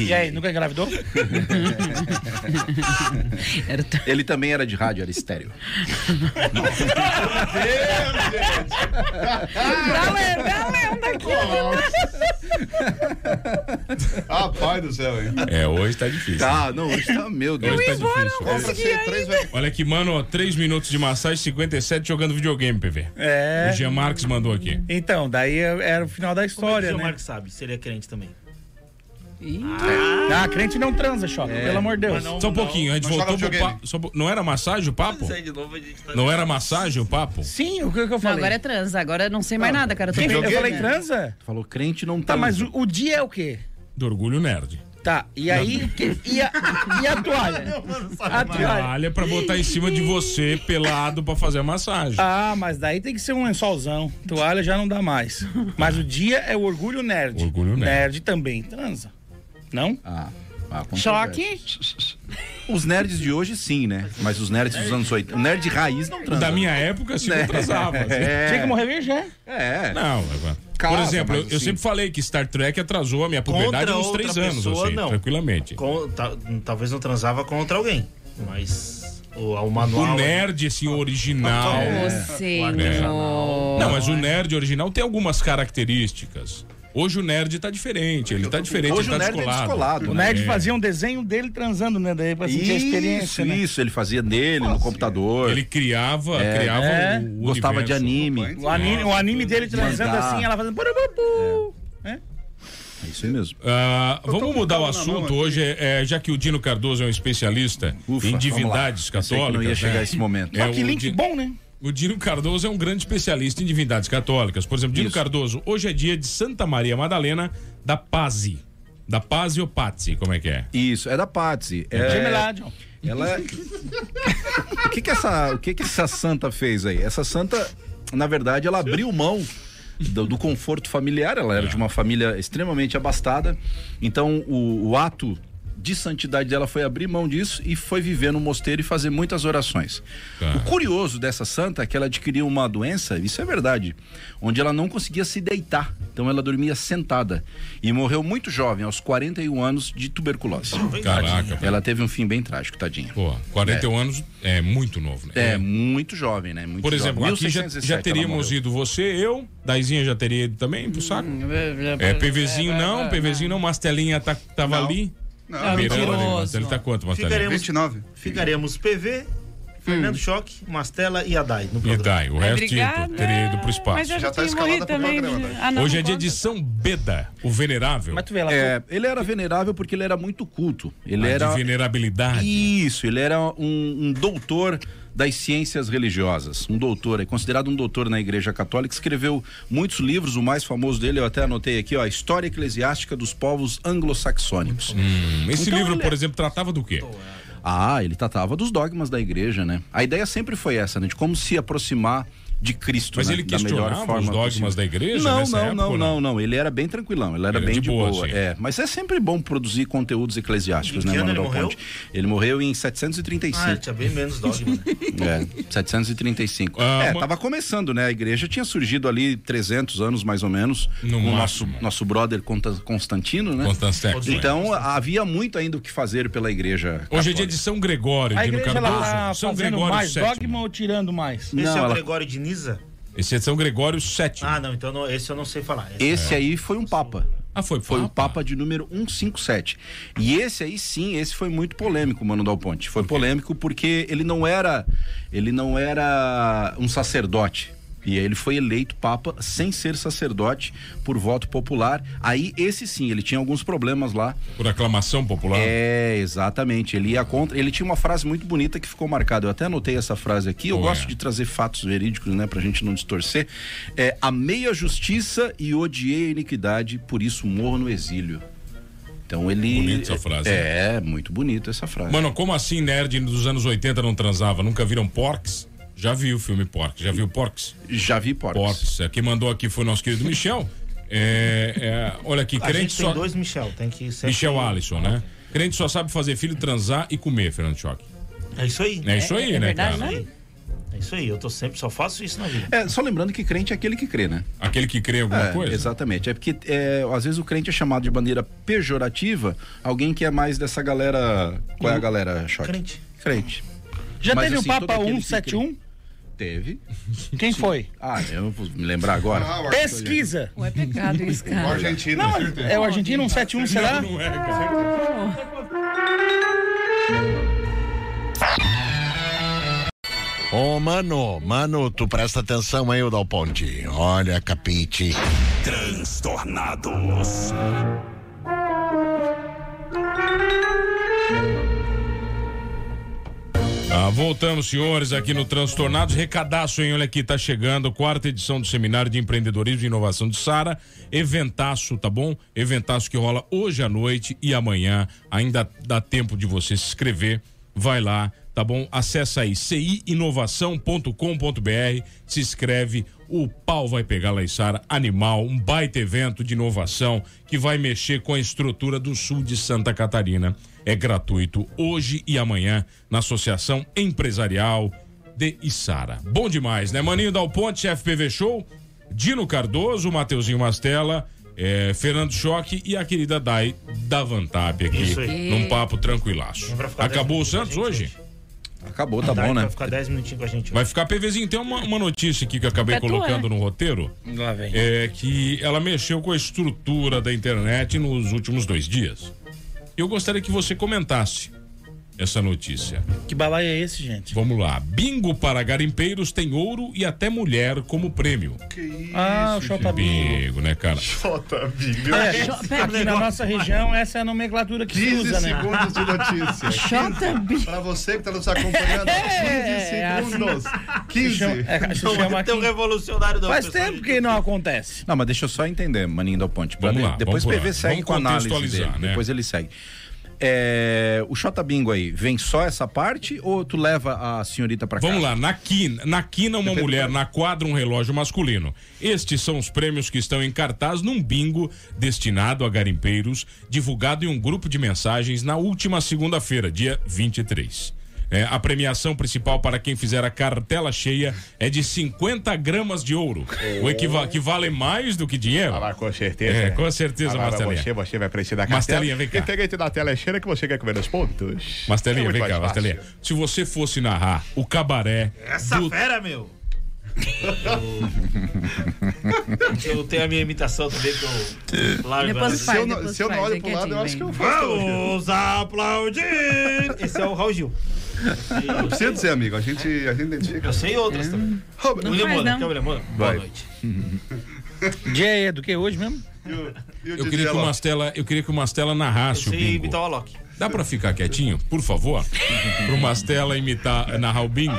S1: E aí, É, nunca engravidou?
S13: Era tão-
S4: Ele também era de rádio, era estéreo.
S13: Dá le- dá lenda aqui.
S3: Ah, pai do céu, hein?
S6: É, hoje tá difícil.
S4: Tá, não, hoje tá, meu Deus.
S6: Hoje tá difícil.
S3: Compra ser é três, velho.
S6: Olha aqui, mano, ó, 3 minutos de massagem, 57 jogando videogame, PV.
S1: É.
S6: O Jean Marques mandou aqui.
S1: Então, daí era o final da
S8: Como é que o
S1: história,
S8: seu
S1: né?
S8: Marcos sabe? Se ele é crente também.
S1: Ah, crente não transa, choca. Pelo amor de Deus.
S6: Só um pouquinho, a gente
S3: Mas
S6: voltou
S3: joga
S6: pro
S3: videogame.
S6: papo. só um po- Não era massagem o papo?
S8: de novo a gente tá...
S6: Não era massagem o papo?
S1: Sim, o que, que eu
S13: Não,
S1: falei?
S13: agora é trans, agora eu não sei mais nada, cara. Eu tô
S1: Sim, eu
S13: perdida.
S1: falei transa?
S4: Falou, crente não
S1: Tá,
S4: transa.
S1: mas o, o dia é o quê?
S6: Do orgulho nerd.
S1: Tá, e aí. que- e, a, e a toalha? A Ah, toalha.
S6: Olha pra botar em cima de você, pelado, pra fazer a massagem.
S1: Ah, mas daí tem que ser um lençolzão. Toalha já não dá mais. Mas o dia é o orgulho nerd.
S6: Orgulho nerd.
S1: Nerd também transa. Não?
S4: Ah, ah, com
S13: Choque?
S4: Os nerds de hoje sim, né? Mas os nerds dos anos 80. O nerd de raiz não transa.
S6: Da minha época, se
S4: É.
S6: atrasava.
S9: assim.
S4: É.
S1: Tinha que morrer virgem,
S4: É.
S6: Não, agora-
S4: Casa,
S6: por exemplo, eu,
S4: mas
S6: eu
S4: assim-
S6: sempre falei que Star Trek atrasou a minha puberdade
S8: Contra
S6: uns
S8: outra
S6: três anos,
S8: pessoa,
S6: assim,
S8: não.
S6: tranquilamente.
S8: Com- ta- talvez não transava contra alguém, mas o, o
S6: O
S8: manual...
S6: nerd, assim, original.
S13: Ô, senhor.
S6: Não, mas o nerd original tem algumas características. Hoje o nerd tá diferente, ele tá diferente,
S4: Hoje
S6: ele
S4: o
S6: tá
S4: nerd é
S6: descolado.
S4: descolado,
S1: O
S4: né?
S1: nerd
S6: É.
S1: fazia um desenho dele transando, né? Daí pra sentir a
S4: Isso,
S1: experiência. né?
S4: isso. Ele fazia nele, no computador.
S6: Ele criava,
S4: É.
S6: criava
S1: É.
S6: o, o
S4: gostava de
S6: universo.
S4: anime.
S1: O anime, o Um anime dele transando
S4: Mandar.
S1: assim, ela fazendo. "Burububu". É.
S4: É isso aí mesmo.
S6: Ah, vamos mudar o
S3: com o carro na
S6: assunto
S3: mão
S6: hoje, é, é, já que o Dino Cardoso é um especialista
S4: Ufa,
S6: em
S4: vamos
S6: divindades
S4: lá. Pensei que não
S6: católicas.
S4: ia chegar
S6: né?
S4: esse Ah, momento.
S6: É,
S1: Mas que
S6: o
S1: link
S6: Di-
S1: bom, né?
S6: O Dino Cardoso é um grande especialista em divindades católicas. Por exemplo, Dino
S4: Isso.
S6: Cardoso, hoje é dia de Santa Maria Madalena da Paze. Da Paze ou Pazzi, como é que é?
S4: Isso, é da Patsy. É,
S1: Gemelade, ó.
S4: Ela. é- o que que essa, o que que essa santa fez aí? Essa santa, na verdade, ela abriu mão do, do conforto familiar. Ela era de uma família extremamente abastada. Então, o, o ato de santidade dela foi abrir mão disso e foi viver no mosteiro e fazer muitas orações. O curioso dessa santa é que ela adquiriu uma doença, isso é verdade, onde ela não conseguia se deitar, então ela dormia sentada e morreu muito jovem, aos 41 anos, de tuberculose.
S6: Caraca.
S4: Ela teve um fim bem trágico, tadinha.
S6: Pô, 41 anos é muito novo, né?
S4: É, muito jovem, né? Muito
S6: Por exemplo,
S4: jovem.
S6: aqui já- já,
S4: 1617 ela
S6: teríamos ido você, eu, Daizinha já teria ido também pro saco. É, PVzinho não, PVzinho não, Mastelinha tá, tava ali.
S7: Não,
S6: Beirando ali,
S7: mentiroso.
S6: Mastelinho tá quanto, Mastelinha?
S7: Ficaremos- 29.
S8: Ficaremos PV, Fernando Choque, Mastela e Adai. No
S6: Hum. E daí, o
S8: Ai,
S6: resto
S8: obrigada.
S6: teria ido pro espaço.
S8: Mas eu já Já tá tinha escalada morrido pro também, programa, né? Ah, não,
S6: Hoje
S8: não
S6: é dia de São Beda, o venerável.
S4: Mas tu vê, ela É, ele era venerável porque ele era muito culto. Ele
S6: Ah, de
S4: era
S6: venerabilidade.
S4: Isso, ele era um, um doutor das ciências religiosas, um doutor, é considerado um doutor na Igreja Católica, escreveu muitos livros, o mais famoso dele, eu até anotei aqui, ó, História Eclesiástica dos Povos Anglo-Saxônicos.
S6: Hum, esse
S4: então
S6: livro, por
S4: exemplo, tratava do quê? Ah, ele tratava dos dogmas da igreja, né? A ideia sempre foi essa, né? De como se aproximar de Cristo,
S6: Mas
S4: né?
S6: ele
S4: Da melhor
S6: questionava os
S4: forma
S6: dogmas da igreja
S4: Não,
S6: nessa
S4: não,
S6: época né?
S4: não,
S6: ou
S4: não, não. Ele era bem tranquilão, ele era
S6: Ele era
S4: bem
S6: de
S4: de,
S6: boa,
S4: boa.
S6: assim.
S4: É, mas é sempre bom produzir conteúdos eclesiásticos,
S8: Em que
S4: né,
S8: ano ele
S4: Manuel
S8: morreu?
S4: Ponte? Ele morreu
S8: Ah,
S4: em
S8: ele
S4: 735.
S8: tinha bem menos dogma. né?
S4: É, 735.
S8: Ah,
S4: é,
S8: ma-
S4: tava começando, né? A igreja tinha surgido ali 300 anos, mais ou menos,
S6: No
S4: com o nosso,
S6: máximo.
S4: nosso brother Conta- Constantino, né?
S6: Constantino.
S4: Então, havia muito ainda o que fazer pela igreja.
S6: Hoje é dia de São Gregório,
S1: A
S6: Dino
S1: igreja ela
S6: Cardoso.
S1: tá
S6: É. São
S1: fazendo
S6: Gregório
S1: mais
S6: VII.
S1: dogma ou tirando mais?
S6: Esse [laughs] Não, é o ela-
S8: Gregório de Nisa?
S6: Esse é de São Gregório VII.
S8: Ah, não, então não- esse eu não sei falar.
S4: Esse
S8: é.
S4: aí foi um Papa.
S6: Ah, foi
S4: Foi o Papa de número 157. E esse aí sim, esse foi muito polêmico, Mano Dal Ponte. Foi polêmico porque ele não era. Ele não era um sacerdote. E aí ele foi eleito Papa sem ser sacerdote por voto popular. Aí, esse sim, ele tinha alguns problemas lá.
S6: Por aclamação popular.
S4: É, exatamente. Ele ia contra. Ele tinha uma frase muito bonita que ficou marcada. Eu até anotei essa frase aqui. Eu
S6: Qual
S4: gosto
S6: é?
S4: de trazer fatos verídicos, né? Pra gente não distorcer. É, amei a justiça e odiei a iniquidade, por isso morro no exílio. Então ele.
S6: Bonita essa frase.
S4: É, muito bonita essa frase.
S6: Mano, como assim nerd dos anos 80 não transava? Nunca viram Porcs? Já vi o filme Porcs. Já viu Porcs?
S4: Já vi Porcs.
S6: Porcs. É, Quem mandou aqui foi o nosso querido Michel. É, é, olha aqui,
S8: A
S6: crente
S8: gente tem
S6: só...
S8: dois Ah, Michel, tem que ser.
S6: Michel Alisson, né? Crente só sabe fazer filho, transar e comer, Fernando Choque.
S8: É isso aí.
S6: É isso aí, né, cara?
S8: É isso aí, eu tô sempre, só faço isso na vida.
S4: É, só lembrando que crente é aquele que crê, né?
S6: Aquele que crê em alguma
S4: É,
S6: coisa?
S4: Exatamente. É porque é, às vezes o crente é chamado de maneira pejorativa alguém que é mais dessa galera. Qual é a galera, Choque?
S1: Crente.
S4: Crente.
S1: Já
S4: Mas,
S1: teve
S4: assim,
S1: o
S4: todo
S1: Papa
S4: aquele que
S1: 171?
S4: Teve.
S1: Quem foi?
S4: Ah, eu não vou me lembrar agora.
S1: Pesquisa.
S13: É pecado isso, cara.
S3: [laughs]
S1: O
S4: argentino,
S1: Não,
S4: certeza.
S1: é o argentino 171, será?
S6: Não, não é,
S9: Ô, mano, mano, tu presta atenção aí, ô Dal Ponte. Olha, capite. Transtornados.
S6: Ah, voltamos, senhores, aqui no Transtornados. Recadaço, hein? Olha aqui, tá chegando. Quarta edição do Seminário de Empreendedorismo e Inovação de Sara. Eventaço, tá bom? Eventaço que rola hoje à noite e amanhã. Ainda dá tempo de você se inscrever. Vai lá, tá bom? Acessa aí ciinovação.com.br, se inscreve. O pau vai pegar lá em Sara. Animal, um baita evento de inovação que vai mexer com a estrutura do sul de Santa Catarina. É gratuito hoje e amanhã na Associação Empresarial de Içara. Bom demais, né? Maninho Dal Ponte, FPV Show, Dino Cardoso, Mateuzinho Mastella, eh, Fernando Choque e a querida Dai da Vantap aqui
S8: Isso aí.
S6: num papo tranquilaço. Acabou o Santos hoje?
S4: Acabou, tá
S8: Daí
S6: bom, né?
S8: Vai ficar 10 minutinhos com a gente.
S6: Vai ficar PVzinho. Tem uma, uma notícia aqui que eu acabei
S8: É tua,
S6: colocando
S8: né?
S6: no roteiro.
S1: Lá vem.
S6: É que ela mexeu com a estrutura da internet nos últimos dois dias. Eu gostaria que você comentasse essa notícia.
S1: Que balaio é esse, gente?
S6: Vamos lá. Bingo para garimpeiros tem ouro e até mulher como prêmio.
S1: Ah, o Xota Bingo.
S6: Bingo, né, cara?
S3: Jota
S1: É, aqui na nossa região, essa é a nomenclatura que se
S3: 15
S1: usa, né?
S3: segundos de notícia. 15. Pra você que está nos [laughs] acompanhando, 15
S1: É,
S3: segundos.
S1: assim.
S3: 15.
S1: É,
S8: um
S1: se
S3: Não
S1: chama
S3: é tão
S1: aqui-
S3: revolucionário, não,
S1: Faz
S3: pessoal.
S1: tempo que não acontece.
S4: Não, mas deixa eu só entender, Maninho Dal Ponte. pra
S6: Vamos
S4: de-
S6: lá,
S4: depois
S6: vamos
S4: o PV
S6: por lá.
S4: segue
S6: Vamos
S4: com a análise dele.
S6: contextualizar, né?
S4: Depois ele segue. É, o Xota Bingo aí, vem só essa parte ou tu leva a senhorita pra casa?
S6: Vamos lá, na quina, na quina
S14: [laughs]
S6: uma mulher, na quadra um relógio masculino. Estes são os prêmios que estão em cartaz num bingo destinado a garimpeiros, divulgado em um grupo de mensagens na última segunda-feira, dia 23. É, a premiação principal para quem fizer a cartela cheia é de 50 gramas de ouro, o equiva que vale mais do que dinheiro.
S14: Ah, lá, com certeza.
S6: É,
S14: né?
S6: com certeza,
S14: Agora
S6: Marcelinha.
S14: Você, você vai preencher da cartela.
S6: Marcelinha, vem cá.
S14: Integrante da tela é cheira que você quer comer nos pontos.
S6: Marcelinha,
S14: É muito
S6: vem
S14: mais
S6: cá,
S14: fácil.
S6: Marcelinha. Se você fosse narrar o cabaré
S8: Essa fera, meu! Eu, eu tenho a minha imitação também que eu largo
S14: Depois faz,
S8: ela.
S14: Se eu não- depois se eu não faz, olho é pro lado, quietinho, eu acho vem. que eu faço.
S8: Vamos aplaudir! Esse é o Raul Gil.
S14: Não precisa dizer, amigo. A gente, a gente identifica.
S8: Eu sei outras também.
S14: Robert-
S8: William
S14: faz,
S8: Bonner,
S14: não.
S8: quer o William Bonner? Boa
S14: Vai.
S8: noite.
S1: Dia é do que hoje mesmo?
S6: Eu queria, que o Mastela, eu queria que o Mastela narrasse o bingo.
S1: então-
S6: imitar
S8: o Alok.
S6: Dá pra ficar quietinho,
S1: [laughs]
S6: por favor? Pro Mastela imitar, narrar o bingo.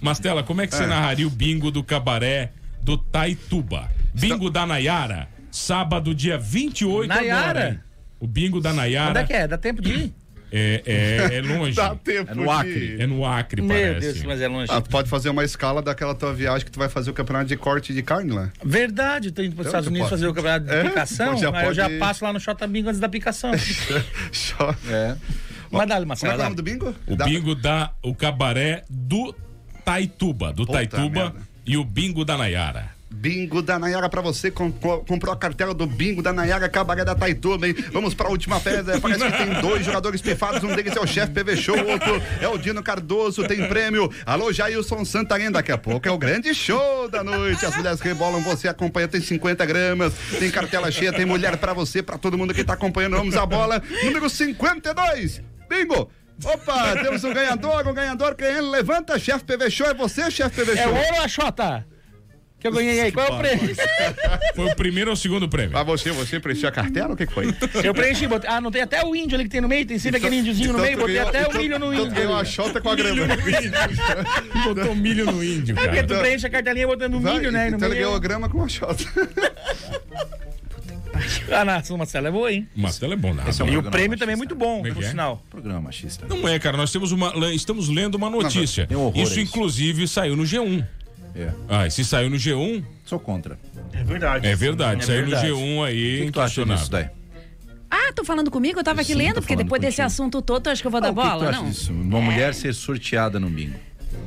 S6: Mastela, como é que você
S14: É.
S6: narraria o bingo do cabaré do Taituba? Bingo da Nayara, sábado, dia 28
S1: Nayara?
S6: agora. hein? O bingo da Nayara.
S1: Onde é que Tá é? Dá tempo de ir?
S6: É, é,
S1: [laughs]
S6: é longe.
S1: Dá tempo
S6: é no Acre. É no Acre, parece.
S1: mas é longe.
S3: Ah, tu pode fazer uma escala daquela tua viagem que tu vai fazer o campeonato de corte de carne lá. [laughs]
S1: Verdade, tô indo para os
S3: Então,
S1: Estados
S3: você
S1: Unidos
S3: pode.
S1: fazer o campeonato de
S3: É,
S1: picação,
S3: pode- já
S1: aí eu já
S3: pode-
S1: passo lá no Xota Bingo antes da
S3: [laughs]
S1: picação.
S3: Só.
S4: É.
S1: Mas dá-lhe uma
S6: Como é que é o nome do
S3: bingo?
S6: O bingo da. O cabaré do Taituba. Do
S3: Puta
S6: Taituba
S3: merda.
S6: e o bingo da Nayara.
S3: Bingo da Nayara pra você. Com- com- comprou a cartela do Bingo da Nayara, cabaré da Taituba, hein? Vamos pra última festa. Parece que tem dois jogadores pifados. Um deles é o chefe PV Show, o outro é o Dino Cardoso. Tem prêmio. Alô, Jailson Santarém. Daqui a pouco é o grande show da noite. As mulheres rebolam. Você acompanha. Tem 50 gramas. Tem cartela cheia. Tem mulher pra você, pra todo mundo que tá acompanhando. Vamos à bola. Número 52. Bingo. Opa, temos um ganhador, um ganhador, quem ele levanta, chefe PV Show, é você, chefe PV
S1: É
S3: Show?
S1: ouro ou a Xota? Que eu ganhei aí. Qual é o prêmio?
S6: Foi o primeiro ou o segundo prêmio?
S3: Ah, você, você preencheu a cartela? O que
S1: [laughs]
S3: que foi?
S1: Eu preenchi, botei. Ah, não tem até o índio ali que tem no meio, tem sempre aquele índiozinho no
S3: Então
S1: meio,
S3: tu
S1: botei
S3: ganhou-
S1: até o
S3: então-
S1: milho no
S3: então
S1: índio.
S3: ganhou a Xota com a grama.
S6: Botou milho no índio,
S1: É porque
S3: cara.
S1: tu preenche a cartelinha botando um
S3: Então Vai,
S1: milho, né? No
S3: então ele
S1: meio.
S3: ganhou a grama com a Xota.
S1: Ah, não, Marcelo é boa, hein?
S6: Marcelo é bom, né?
S1: e o prêmio também é muito bom,
S6: Como é que
S1: por
S6: é?
S1: sinal.
S4: Programa machista.
S6: Não é, cara. Nós temos uma, le- estamos lendo uma notícia.
S4: tem um horror
S6: isso,
S4: a isso.
S6: inclusive, saiu no G1.
S4: É.
S6: Ah, e se saiu no G1.
S4: Sou contra.
S8: É verdade.
S6: É verdade,
S4: É
S6: saiu
S4: verdade.
S6: no G1
S4: O
S6: aí.
S4: que é que tu acha
S6: questionado.
S4: disso daí?
S13: Ah, tô falando comigo? Eu tava aqui
S4: Sim,
S13: lendo,
S4: tá
S13: porque
S4: falando
S13: depois desse assunto todo, eu acho que eu vou dar
S4: Ah, o que que tu
S13: bola,
S4: acha
S13: não?
S4: disso?
S1: É.
S4: Uma mulher ser sorteada no bingo.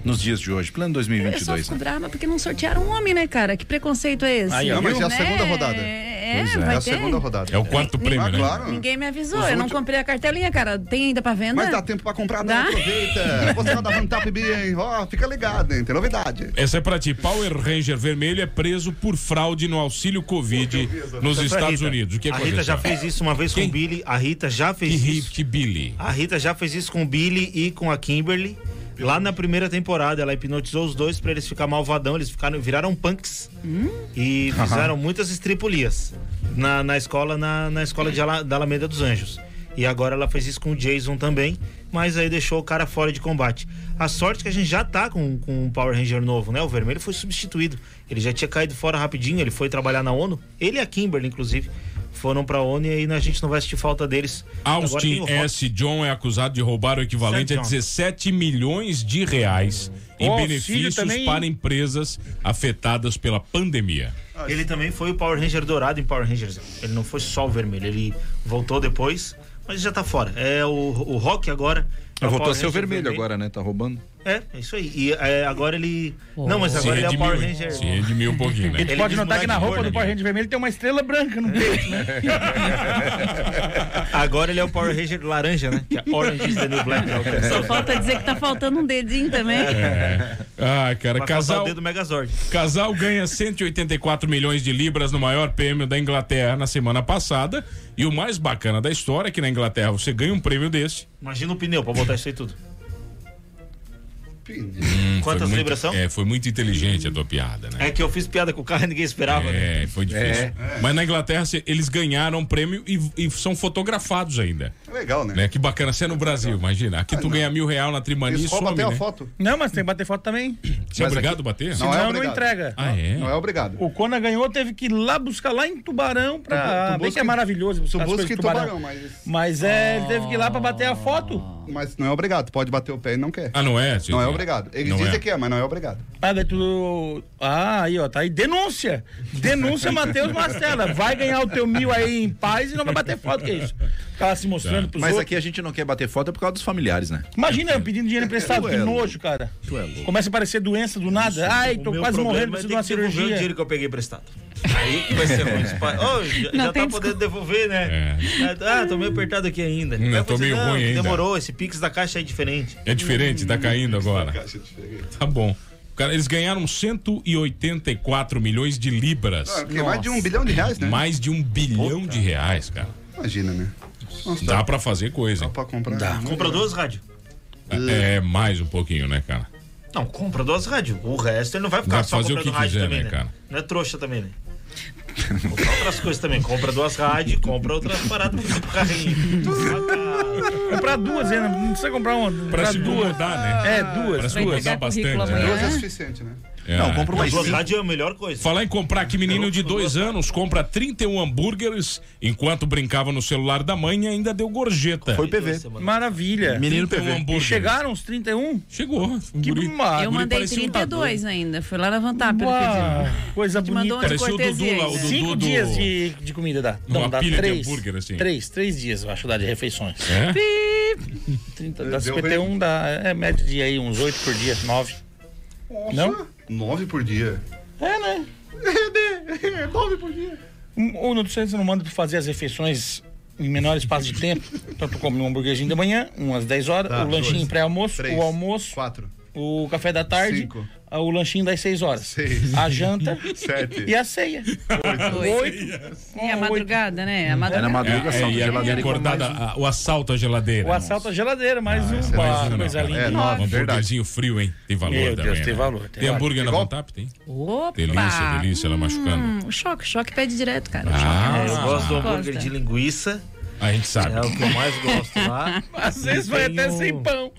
S4: Nos dias de hoje, plano
S13: Eu só
S4: 2022.
S13: fico
S4: né?
S13: brava porque não sortearam um homem, né, cara? Que preconceito é esse?
S4: Aí, ó, mas é a
S13: Né?
S4: segunda rodada.
S13: É,
S4: Pois é.
S13: vai
S4: É a
S13: ter?
S4: segunda
S3: rodada. Ah,
S6: É o
S4: Ah,
S6: quarto prêmio, né?
S13: Ninguém me avisou,
S3: Os
S13: eu não
S3: últimos-
S13: comprei a cartelinha, cara. Tem ainda pra venda?
S1: né?
S3: Mas tá dá tempo pra comprar, não.
S13: Dá?
S1: [laughs]
S3: Aproveita. Você vai dar Vantap Bia, hein? Ó, fica ligado, hein? Tem novidade.
S6: Essa é pra ti. Power Ranger Vermelho é preso por fraude no auxílio Covid nos
S8: Essa é pra
S6: Estados
S8: Rita.
S6: Unidos. O que
S8: a Rita
S6: aconteceu?
S8: já fez isso uma vez com o Billy. A Rita já fez
S6: Que
S8: isso.
S6: Que Billy.
S8: A Rita já fez isso com o Billy e com a Kimberly. Lá na primeira temporada, ela hipnotizou os dois pra eles ficar malvadão. Eles ficaram, viraram punks e fizeram muitas estripulias na, na escola, na, na escola de Ala- da Alameda dos Anjos. E agora ela fez isso com o Jason também, mas aí deixou o cara fora de combate. A sorte é que a gente já tá com, com um Power Ranger novo, né? O vermelho foi substituído. Ele já tinha caído fora rapidinho, ele foi trabalhar na ONU. Ele e a Kimberly, inclusive, foram pra ONU e aí a gente não vai sentir falta deles. Agora tem o
S6: Austin
S8: Rock.
S6: S. John é acusado de roubar o equivalente a
S8: Sam John.
S6: 17 milhões de reais em
S8: O auxílio
S6: benefícios
S8: também,
S6: para
S8: hein?
S6: empresas afetadas pela pandemia.
S8: Ele também foi o Power Ranger dourado em Power Rangers. Ele não foi só o vermelho, ele voltou depois, mas já tá fora. É o, o Rock agora. é o
S4: Voltou a
S8: Power
S4: ser o
S8: Ranger
S4: vermelho agora, né? Tá roubando.
S8: É, é isso aí. E é, agora ele.
S1: Oh.
S8: Não, mas agora ele é o Power Ranger.
S6: Se redimiu um pouquinho, né?
S1: E tu pode notar que na roupa do Power Ranger vermelho tem uma estrela branca no
S3: [laughs]
S1: peito, né?
S8: Agora ele é o Power Ranger laranja, né? Que é Orange is the New Black. é o que ele
S13: Só
S8: sabe.
S13: falta dizer que tá faltando um dedinho também.
S6: É. Ah, cara,
S8: Vai faltar
S6: casal.
S8: o dedo Megazord.
S6: Casal ganha 184 milhões de libras no maior prêmio da Inglaterra na semana passada. E o mais bacana da história é que na Inglaterra você ganha um prêmio desse.
S8: Imagina o pneu pra botar isso aí tudo.
S6: Hum,
S8: Quantas
S6: foi
S8: libras são?
S6: muito, É, foi muito inteligente a tua piada, né?
S8: É que eu fiz piada com o carro e ninguém esperava.
S6: É, foi difícil. Mas na Inglaterra se- eles ganharam um prêmio e, e são fotografados ainda.
S3: Legal, né?
S6: Né? Que bacana. Você é no Brasil, imagina. Aqui tu ganha mil real na trimania e
S1: Eles
S6: some,
S1: roubam até a
S6: né?
S3: foto.
S1: Não, mas tem que bater foto também.
S6: Você é
S1: Mas
S6: obrigado
S1: aqui-
S6: a bater?
S1: Senão não, entrega.
S6: Ah, é?
S3: Não é obrigado.
S1: O Conan ganhou, teve que ir lá buscar lá em Tubarão pra.
S3: Tu- tu
S1: bem que
S3: busca
S1: é
S3: em-
S1: maravilhoso.
S3: tu
S1: buscar as
S3: busca
S1: coisas
S3: em
S1: de
S3: Tubarão, mas-
S1: Mas é, ele teve que ir lá pra bater a foto.
S3: Mas não é obrigado, pode bater o pé e não quer.
S6: Ah, não é?
S3: Não é obrigado. Eles
S1: Não
S3: dizem
S1: é.
S3: que é, mas não é obrigado.
S1: Ah, daí tu. Ah, aí, ó, tá aí. Denúncia!
S6: [laughs]
S1: Denúncia, Matheus Marcela. Vai ganhar o teu mil aí em paz e não vai bater foto, que é isso? Ficar se
S6: Tá.
S1: mostrando pros
S4: Mas
S1: outros.
S4: aqui a gente não quer bater foto é por causa dos familiares, né?
S1: Imagina eu pedindo dinheiro emprestado, que
S4: Tu é
S1: nojo, cara.
S4: Tu é louco.
S1: Começa a aparecer doença do nada. Ai, tô
S8: O meu
S1: quase
S8: problema
S1: morrendo,
S8: é
S1: preciso
S8: ter
S1: de uma
S8: que devolver o
S1: cirurgia.
S8: dinheiro que eu peguei emprestado. Aí que vai ser ruim. Você fala, "Ô,
S1: Não
S8: já, já tá
S1: tem
S8: podendo devolver, né? Ah, tô meio apertado aqui ainda.
S6: Não,
S8: Aí eu
S6: tô
S8: falei, assim,
S6: meio
S8: "Não,
S6: ruim ainda."
S8: Demorou, esse Pix da caixa é diferente.
S6: É diferente, tá caindo agora. Tá bom. Cara, eles ganharam 184 milhões de libras.
S3: Ah, porque é mais de um bilhão de reais, né?
S6: Mais de um bilhão de reais, cara.
S3: Imagina, né?
S6: Dá pra fazer coisa. Dá
S3: pra comprar.
S8: Compra duas rádios.
S6: É, mais um pouquinho, né, cara?
S8: Não, compra duas rádios. O resto ele não vai
S6: Dá
S8: ficar
S6: pra
S8: só
S6: fazer o
S8: comprando
S6: que
S8: rádio
S6: quiser,
S8: também,
S6: né, cara?
S8: Não é trouxa também, né? Compra outras coisas também. Compra duas rádios, compra outras paradas pra pro carrinho.
S1: Comprar duas, né? Não precisa comprar uma. comprar
S6: se
S1: duas.
S6: incomodar, né?
S1: É, duas.
S6: Pra se
S1: duas.
S6: incomodar bastante. né?
S3: Duas é suficiente, né?
S4: um
S6: É.
S8: Duas rádios é a melhor coisa.
S6: Falar em comprar, que menino de dois anos compra 31 hambúrgueres enquanto brincava no celular da mãe e ainda deu gorjeta. Foi
S1: PV. Maravilha.
S6: Menino
S1: 31
S6: PV.
S1: hambúrgueres. Chegaram os 31?
S6: Chegou. um
S1: Que maravilha.
S6: Ah,
S13: Eu mandei 32 ainda. Fui lá levantar pelo
S1: Uau,
S13: pedido.
S1: coisa
S13: Te mandou
S1: bonita.
S13: umas cortesias, né?
S1: Cinco dias de, de comida dá.
S6: Uma
S1: dá
S6: pilha de
S1: três,
S6: hambúrguer, assim.
S1: Três, três dias, eu acho, dá de refeições.
S6: É?
S1: Pi. 30, dá
S3: Deu
S1: 51, dá, é média de aí uns oito por dia, nove. Não?
S3: Nove por dia.
S1: É, né?
S3: É, [laughs] nove por dia.
S1: Um- Ou no você não manda tu fazer as refeições em menor espaço de tempo. Então tu come um hambúrguerzinho da manhã, umas 10 horas,
S3: Tá,
S1: o lanchinho
S3: dois,
S1: pré-almoço,
S3: três,
S1: o almoço,
S3: quatro.
S1: o café da tarde, [laughs]
S3: Cinco.
S1: a- o lanchinho das 6 horas, a janta
S3: Sete.
S1: e a ceia. Oito.
S13: É a madrugada, né? A madrugada.
S6: É, é, e a- e acordada, a- o assalto à geladeira.
S1: um. O assalto à geladeira, mais um.
S6: Mais
S1: Uma
S6: uma,
S1: coisa
S6: né,
S1: linda.
S6: cara?
S1: Nove.
S6: Um hambúrguerzinho frio, hein? Tem valor
S1: Meu
S6: também.
S1: Deus, tem
S6: né?
S1: valor, tem
S6: Tem
S1: valor.
S6: hambúrguer na
S1: Igual-
S6: Vantap? Tem.
S13: Opa!
S6: Delícia, delícia, ela machucando.
S13: Hum, choque, choque pede direto, cara.
S6: Ah,
S8: eu gosto do hambúrguer
S13: Gosta.
S8: de linguiça.
S6: A gente sabe.
S8: É o que eu mais gosto lá.
S1: Às vezes vai até sem pão.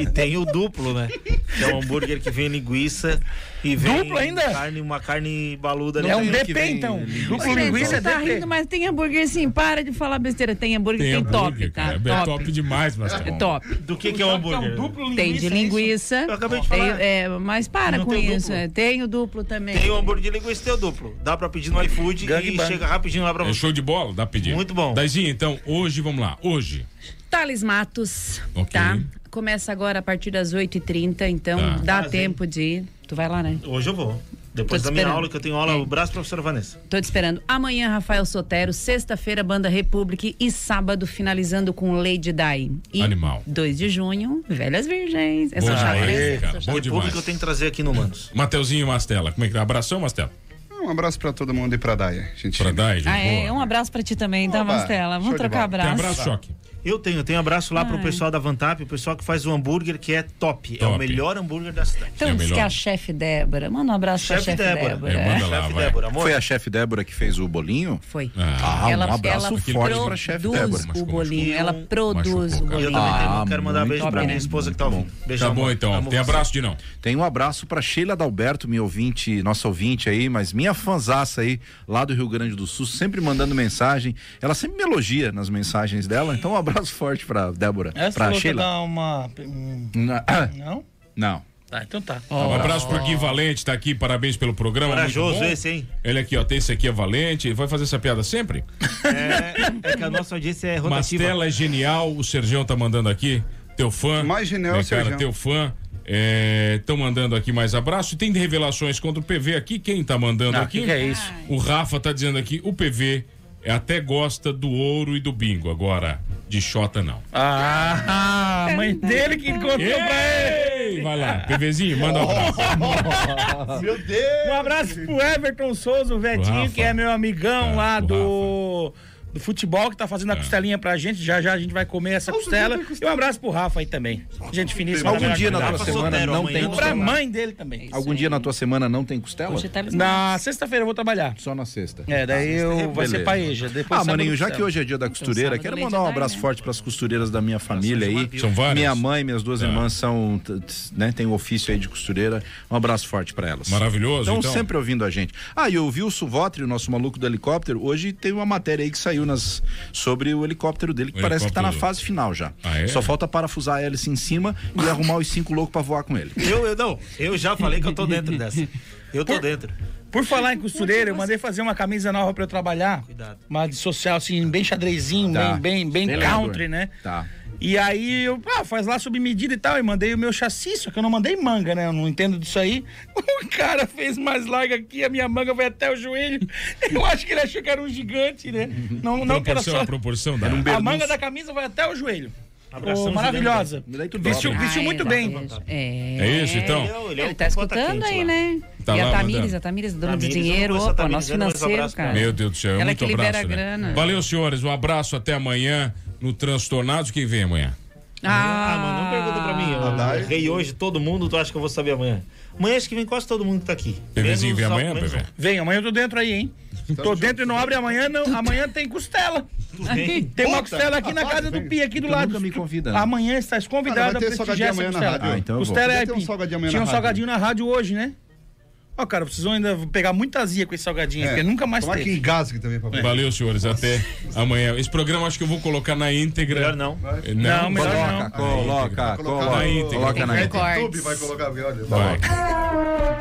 S8: E tem o duplo, né? Que é um hambúrguer que vem linguiça e vem
S1: Duplo ainda?
S8: Carne, uma carne baluda.
S1: É um DP, então. Duplo
S13: Gente,
S1: linguiça é
S13: você tá
S1: DP.
S13: rindo, mas tem hambúrguer sim. Para de falar besteira. Tem hambúrguer, tem, top, tá?
S6: É top demais, mas
S13: É top.
S8: Do que, que é o hambúrguer?
S13: Tem de linguiça.
S8: acabei de
S13: Tem-
S8: falar.
S13: é, mas para
S8: Não
S13: com
S8: tem o
S13: isso. é. Tem o duplo também.
S8: Tem o hambúrguer de linguiça e tem o duplo. Dá pra pedir no iFood e
S6: Gangbang.
S8: chega rapidinho lá pra
S6: É
S8: você.
S6: show de bola? Dá pra pedir.
S8: Muito bom.
S6: Dazinho, então, hoje, vamos lá. Hoje.
S13: Thales Matos,
S6: Ok.
S13: tá? Começa agora a partir das 8h30, então
S6: Tá.
S13: dá
S8: Quase,
S13: tempo de ir. Tu vai lá, né?
S8: Hoje eu vou. Depois
S13: Tô te
S8: da minha
S13: esperando.
S8: aula, que eu tenho aula, o braço, professora Vanessa.
S13: Tô te esperando. Amanhã, Rafael Sotero, sexta-feira, Banda Republic e sábado, finalizando com Lady Di. E
S6: Animal.
S13: 2 de junho, Velhas Virgens. É só
S6: Bom
S13: chave.
S6: demais,
S13: três.
S6: cara. Bom demais.
S8: que eu tenho que trazer aqui no Manos.
S6: Mateuzinho e Mastela, como é que tá? Abração, Mastela?
S3: Um abraço pra todo mundo e pra Daia. Gente,
S6: Pra Dai, gente.
S13: Ah, é?
S6: boa.
S13: Um abraço pra ti também, tá,
S3: Oba,
S13: Mastela?
S3: show
S13: Vamos
S3: de
S13: trocar
S3: bola.
S13: abraço.
S3: Tem abraço,
S6: choque.
S8: Eu tenho, eu tenho abraço lá pro
S13: Ai.
S8: pessoal da Vantap, o pessoal que faz o hambúrguer, que é top. É
S6: Top.
S8: o melhor hambúrguer da cidade.
S13: Então diz que é a chefe Débora. Manda um abraço pra chefe Débora.
S4: É,
S8: É, Chefe Débora, amor.
S4: Foi a chefe Débora que fez o bolinho?
S13: Foi.
S4: Ah,
S13: ela,
S4: um abraço
S13: ela
S4: forte pra
S13: produz
S4: chefe Débora.
S13: o bolinho, ela produz o
S8: E eu
S13: bolinho.
S8: também tenho-
S4: Ah,
S8: quero mandar
S4: muito
S8: beijo pra
S4: bom,
S8: minha esposa que tá
S4: muito
S8: ouvindo. Beijo,
S4: Tá
S8: amor.
S4: bom, então.
S8: Amo
S4: Tem
S8: você.
S6: abraço de
S1: Tá
S6: não.
S4: Tem um abraço pra Sheila Dalberto, minha ouvinte, nossa ouvinte aí, mas minha fanzaça aí, lá do Rio Grande do Sul, sempre mandando mensagem. Ela sempre me elogia nas mensagens dela, então um abraço forte pra Débora.
S1: Essa
S4: pra
S1: louca
S4: Sheila.
S1: dá uma. hum,
S4: Na-
S1: Não?
S4: Não.
S1: Tá, então tá.
S6: Um abraço pro Gui Valente, tá aqui, parabéns pelo programa. muito
S8: Corajoso
S6: bom.
S8: esse, hein?
S6: Ele aqui, ó, tem esse aqui, é Valente. Vai fazer essa piada sempre?
S8: É, é que a nossa audiência é rotativa.
S6: Mastela é genial, o Sergião tá mandando aqui. Teu fã. Mais
S3: genial, é
S6: né, cara,
S3: Sergião.
S6: Teu fã. Estão mandando aqui mais abraço. E tem revelações contra o PV aqui. Quem tá mandando
S1: Ah,
S6: aqui?
S1: que que é isso?
S6: O Rafa tá dizendo aqui: o PV até gosta do ouro e do bingo. Agora, de Xota não.
S1: Ah, a mãe dele que contou pra
S6: ele. Vai lá, PVzinho, manda um abraço.
S3: Meu Deus!
S1: Um abraço pro Everton Souza, o
S6: Pro É,
S1: Vetinho,
S6: Rafa.
S1: que é meu amigão lá do. do futebol que tá fazendo
S6: É.
S1: a costelinha pra gente. Já já a gente vai comer essa costela. E um abraço pro Rafa aí também. Gente finíssima.
S4: Algum
S1: da
S4: dia na
S1: Maracanã.
S4: tua semana não tem
S1: Pra
S4: costela?
S1: mãe dele também.
S4: Algum dia na tua semana não tem costela?
S1: Hoje tá eles Na sexta-feira eu vou trabalhar.
S4: Só na sexta.
S1: É, daí eu vai ser
S4: Beleza.
S1: paeja. Depois
S4: ah,
S1: sábado
S4: maninho, já
S1: costela.
S4: que hoje é dia da costureira,
S1: sábado
S4: quero
S1: leite
S4: mandar um
S1: dai,
S4: abraço
S1: né?
S4: forte pras costureiras da minha família aí.
S1: São várias?
S4: Minha mãe, minhas duas irmãs são, t- t- né, tem o ofício aí de costureira. Um abraço forte pra elas.
S6: Maravilhoso, então.
S4: Estão sempre ouvindo a gente. Ah, e eu vi o Suvotri, o nosso maluco do helicóptero, hoje tem uma matéria aí que saiu nas sobre o helicóptero dele, que
S6: O
S4: parece que tá na
S6: helicóptero.
S4: fase final já.
S6: Ah, é?
S4: Só falta parafusar a hélice em cima e arrumar os cinco loucos pra voar com ele.
S8: Eu, eu não, eu já falei que eu tô [laughs] dentro dessa. Eu tô dentro.
S1: Por falar em costureira, eu mandei fazer uma camisa nova pra eu trabalhar. Cuidado. Uma de social, assim, bem xadrezinho,
S4: Tá.
S1: bem, bem, bem
S4: Beleza.
S1: country, né?
S4: Tá.
S1: E aí eu, ah, faz lá sob medida e tal. E mandei o meu chassi, só que eu não mandei manga, né? Eu não entendo disso aí. [laughs] O cara fez mais larga aqui, a minha manga vai até o joelho. [laughs] Eu acho que ele achou que era um gigante, né? Não, não que era
S6: proporção,
S1: só.
S6: a proporção da.
S1: a manga da camisa vai até o joelho.
S6: Abração,
S1: Ô, maravilhosa.
S6: Zidane. Daí tu
S1: Vestiu,
S6: dobra.
S1: vestiu
S6: Ah,
S1: muito
S6: é,
S1: bem.
S6: É isso, então?
S13: Ele, tá escutando aí, né?
S6: Tá
S13: e
S6: lá,
S13: a Tamires,
S6: mandando.
S13: a Tamires, dona do
S6: Tamires,
S13: dinheiro,
S6: eu não vou
S13: opa,
S6: essa
S13: nosso
S6: Tamires, eu não vou esse
S13: financeiro,
S6: abraço,
S13: cara.
S6: Meu Deus do céu, é
S13: Ela
S6: muito
S13: que libera
S6: abraço,
S13: a
S6: né?
S13: grana.
S6: Valeu, senhores. Um abraço até amanhã no Transtornados. Quem vem amanhã?
S13: Ah,
S8: mano, não
S6: um
S8: pergunta pra mim. Eu errei hoje todo mundo, tu acha que eu vou saber amanhã? Amanhã acho que vem quase todo mundo que tá aqui.
S6: PVzinho vem
S8: Menos-
S6: amanhã,
S8: menos- um.
S6: PV?
S1: Vem, amanhã eu tô dentro aí, hein? tô dentro e não abre amanhã, não. Amanhã tem costela.
S8: tem?
S1: Tem uma
S8: Puta,
S1: costela aqui na
S8: rapaz,
S1: casa do
S8: vem.
S1: Pia, aqui do
S8: Tu
S1: lado.
S8: nunca me convida, né?
S1: Amanhã estás
S8: Cara,
S1: convidado
S8: vai
S1: a
S8: ter
S1: prestigiar essa
S8: salgadinho amanhã na
S1: costela.
S8: rádio. Ah, então eu vou.
S1: costela é
S8: Podia ter um
S1: aipim.
S8: salgadinho amanhã
S1: Tinha
S8: na
S1: um
S8: rádio.
S1: salgadinho na rádio hoje, né? Ó, cara, precisam ainda pegar muita azia com esse
S8: É.
S1: salgadinho, porque nunca mais
S6: Tomara
S1: teve.
S6: que
S3: engasgue também, papai.
S6: Valeu, senhores. Até amanhã. Esse programa acho que eu vou colocar na íntegra. Melhor
S8: não.
S6: Não,
S1: Não, melhor
S6: coloca,
S1: não.
S6: Coloca, coloca,
S3: no-
S6: na íntegra.
S3: Coloca na YouTube, vai colocar, porque olha.
S6: Vai.
S3: tá bom.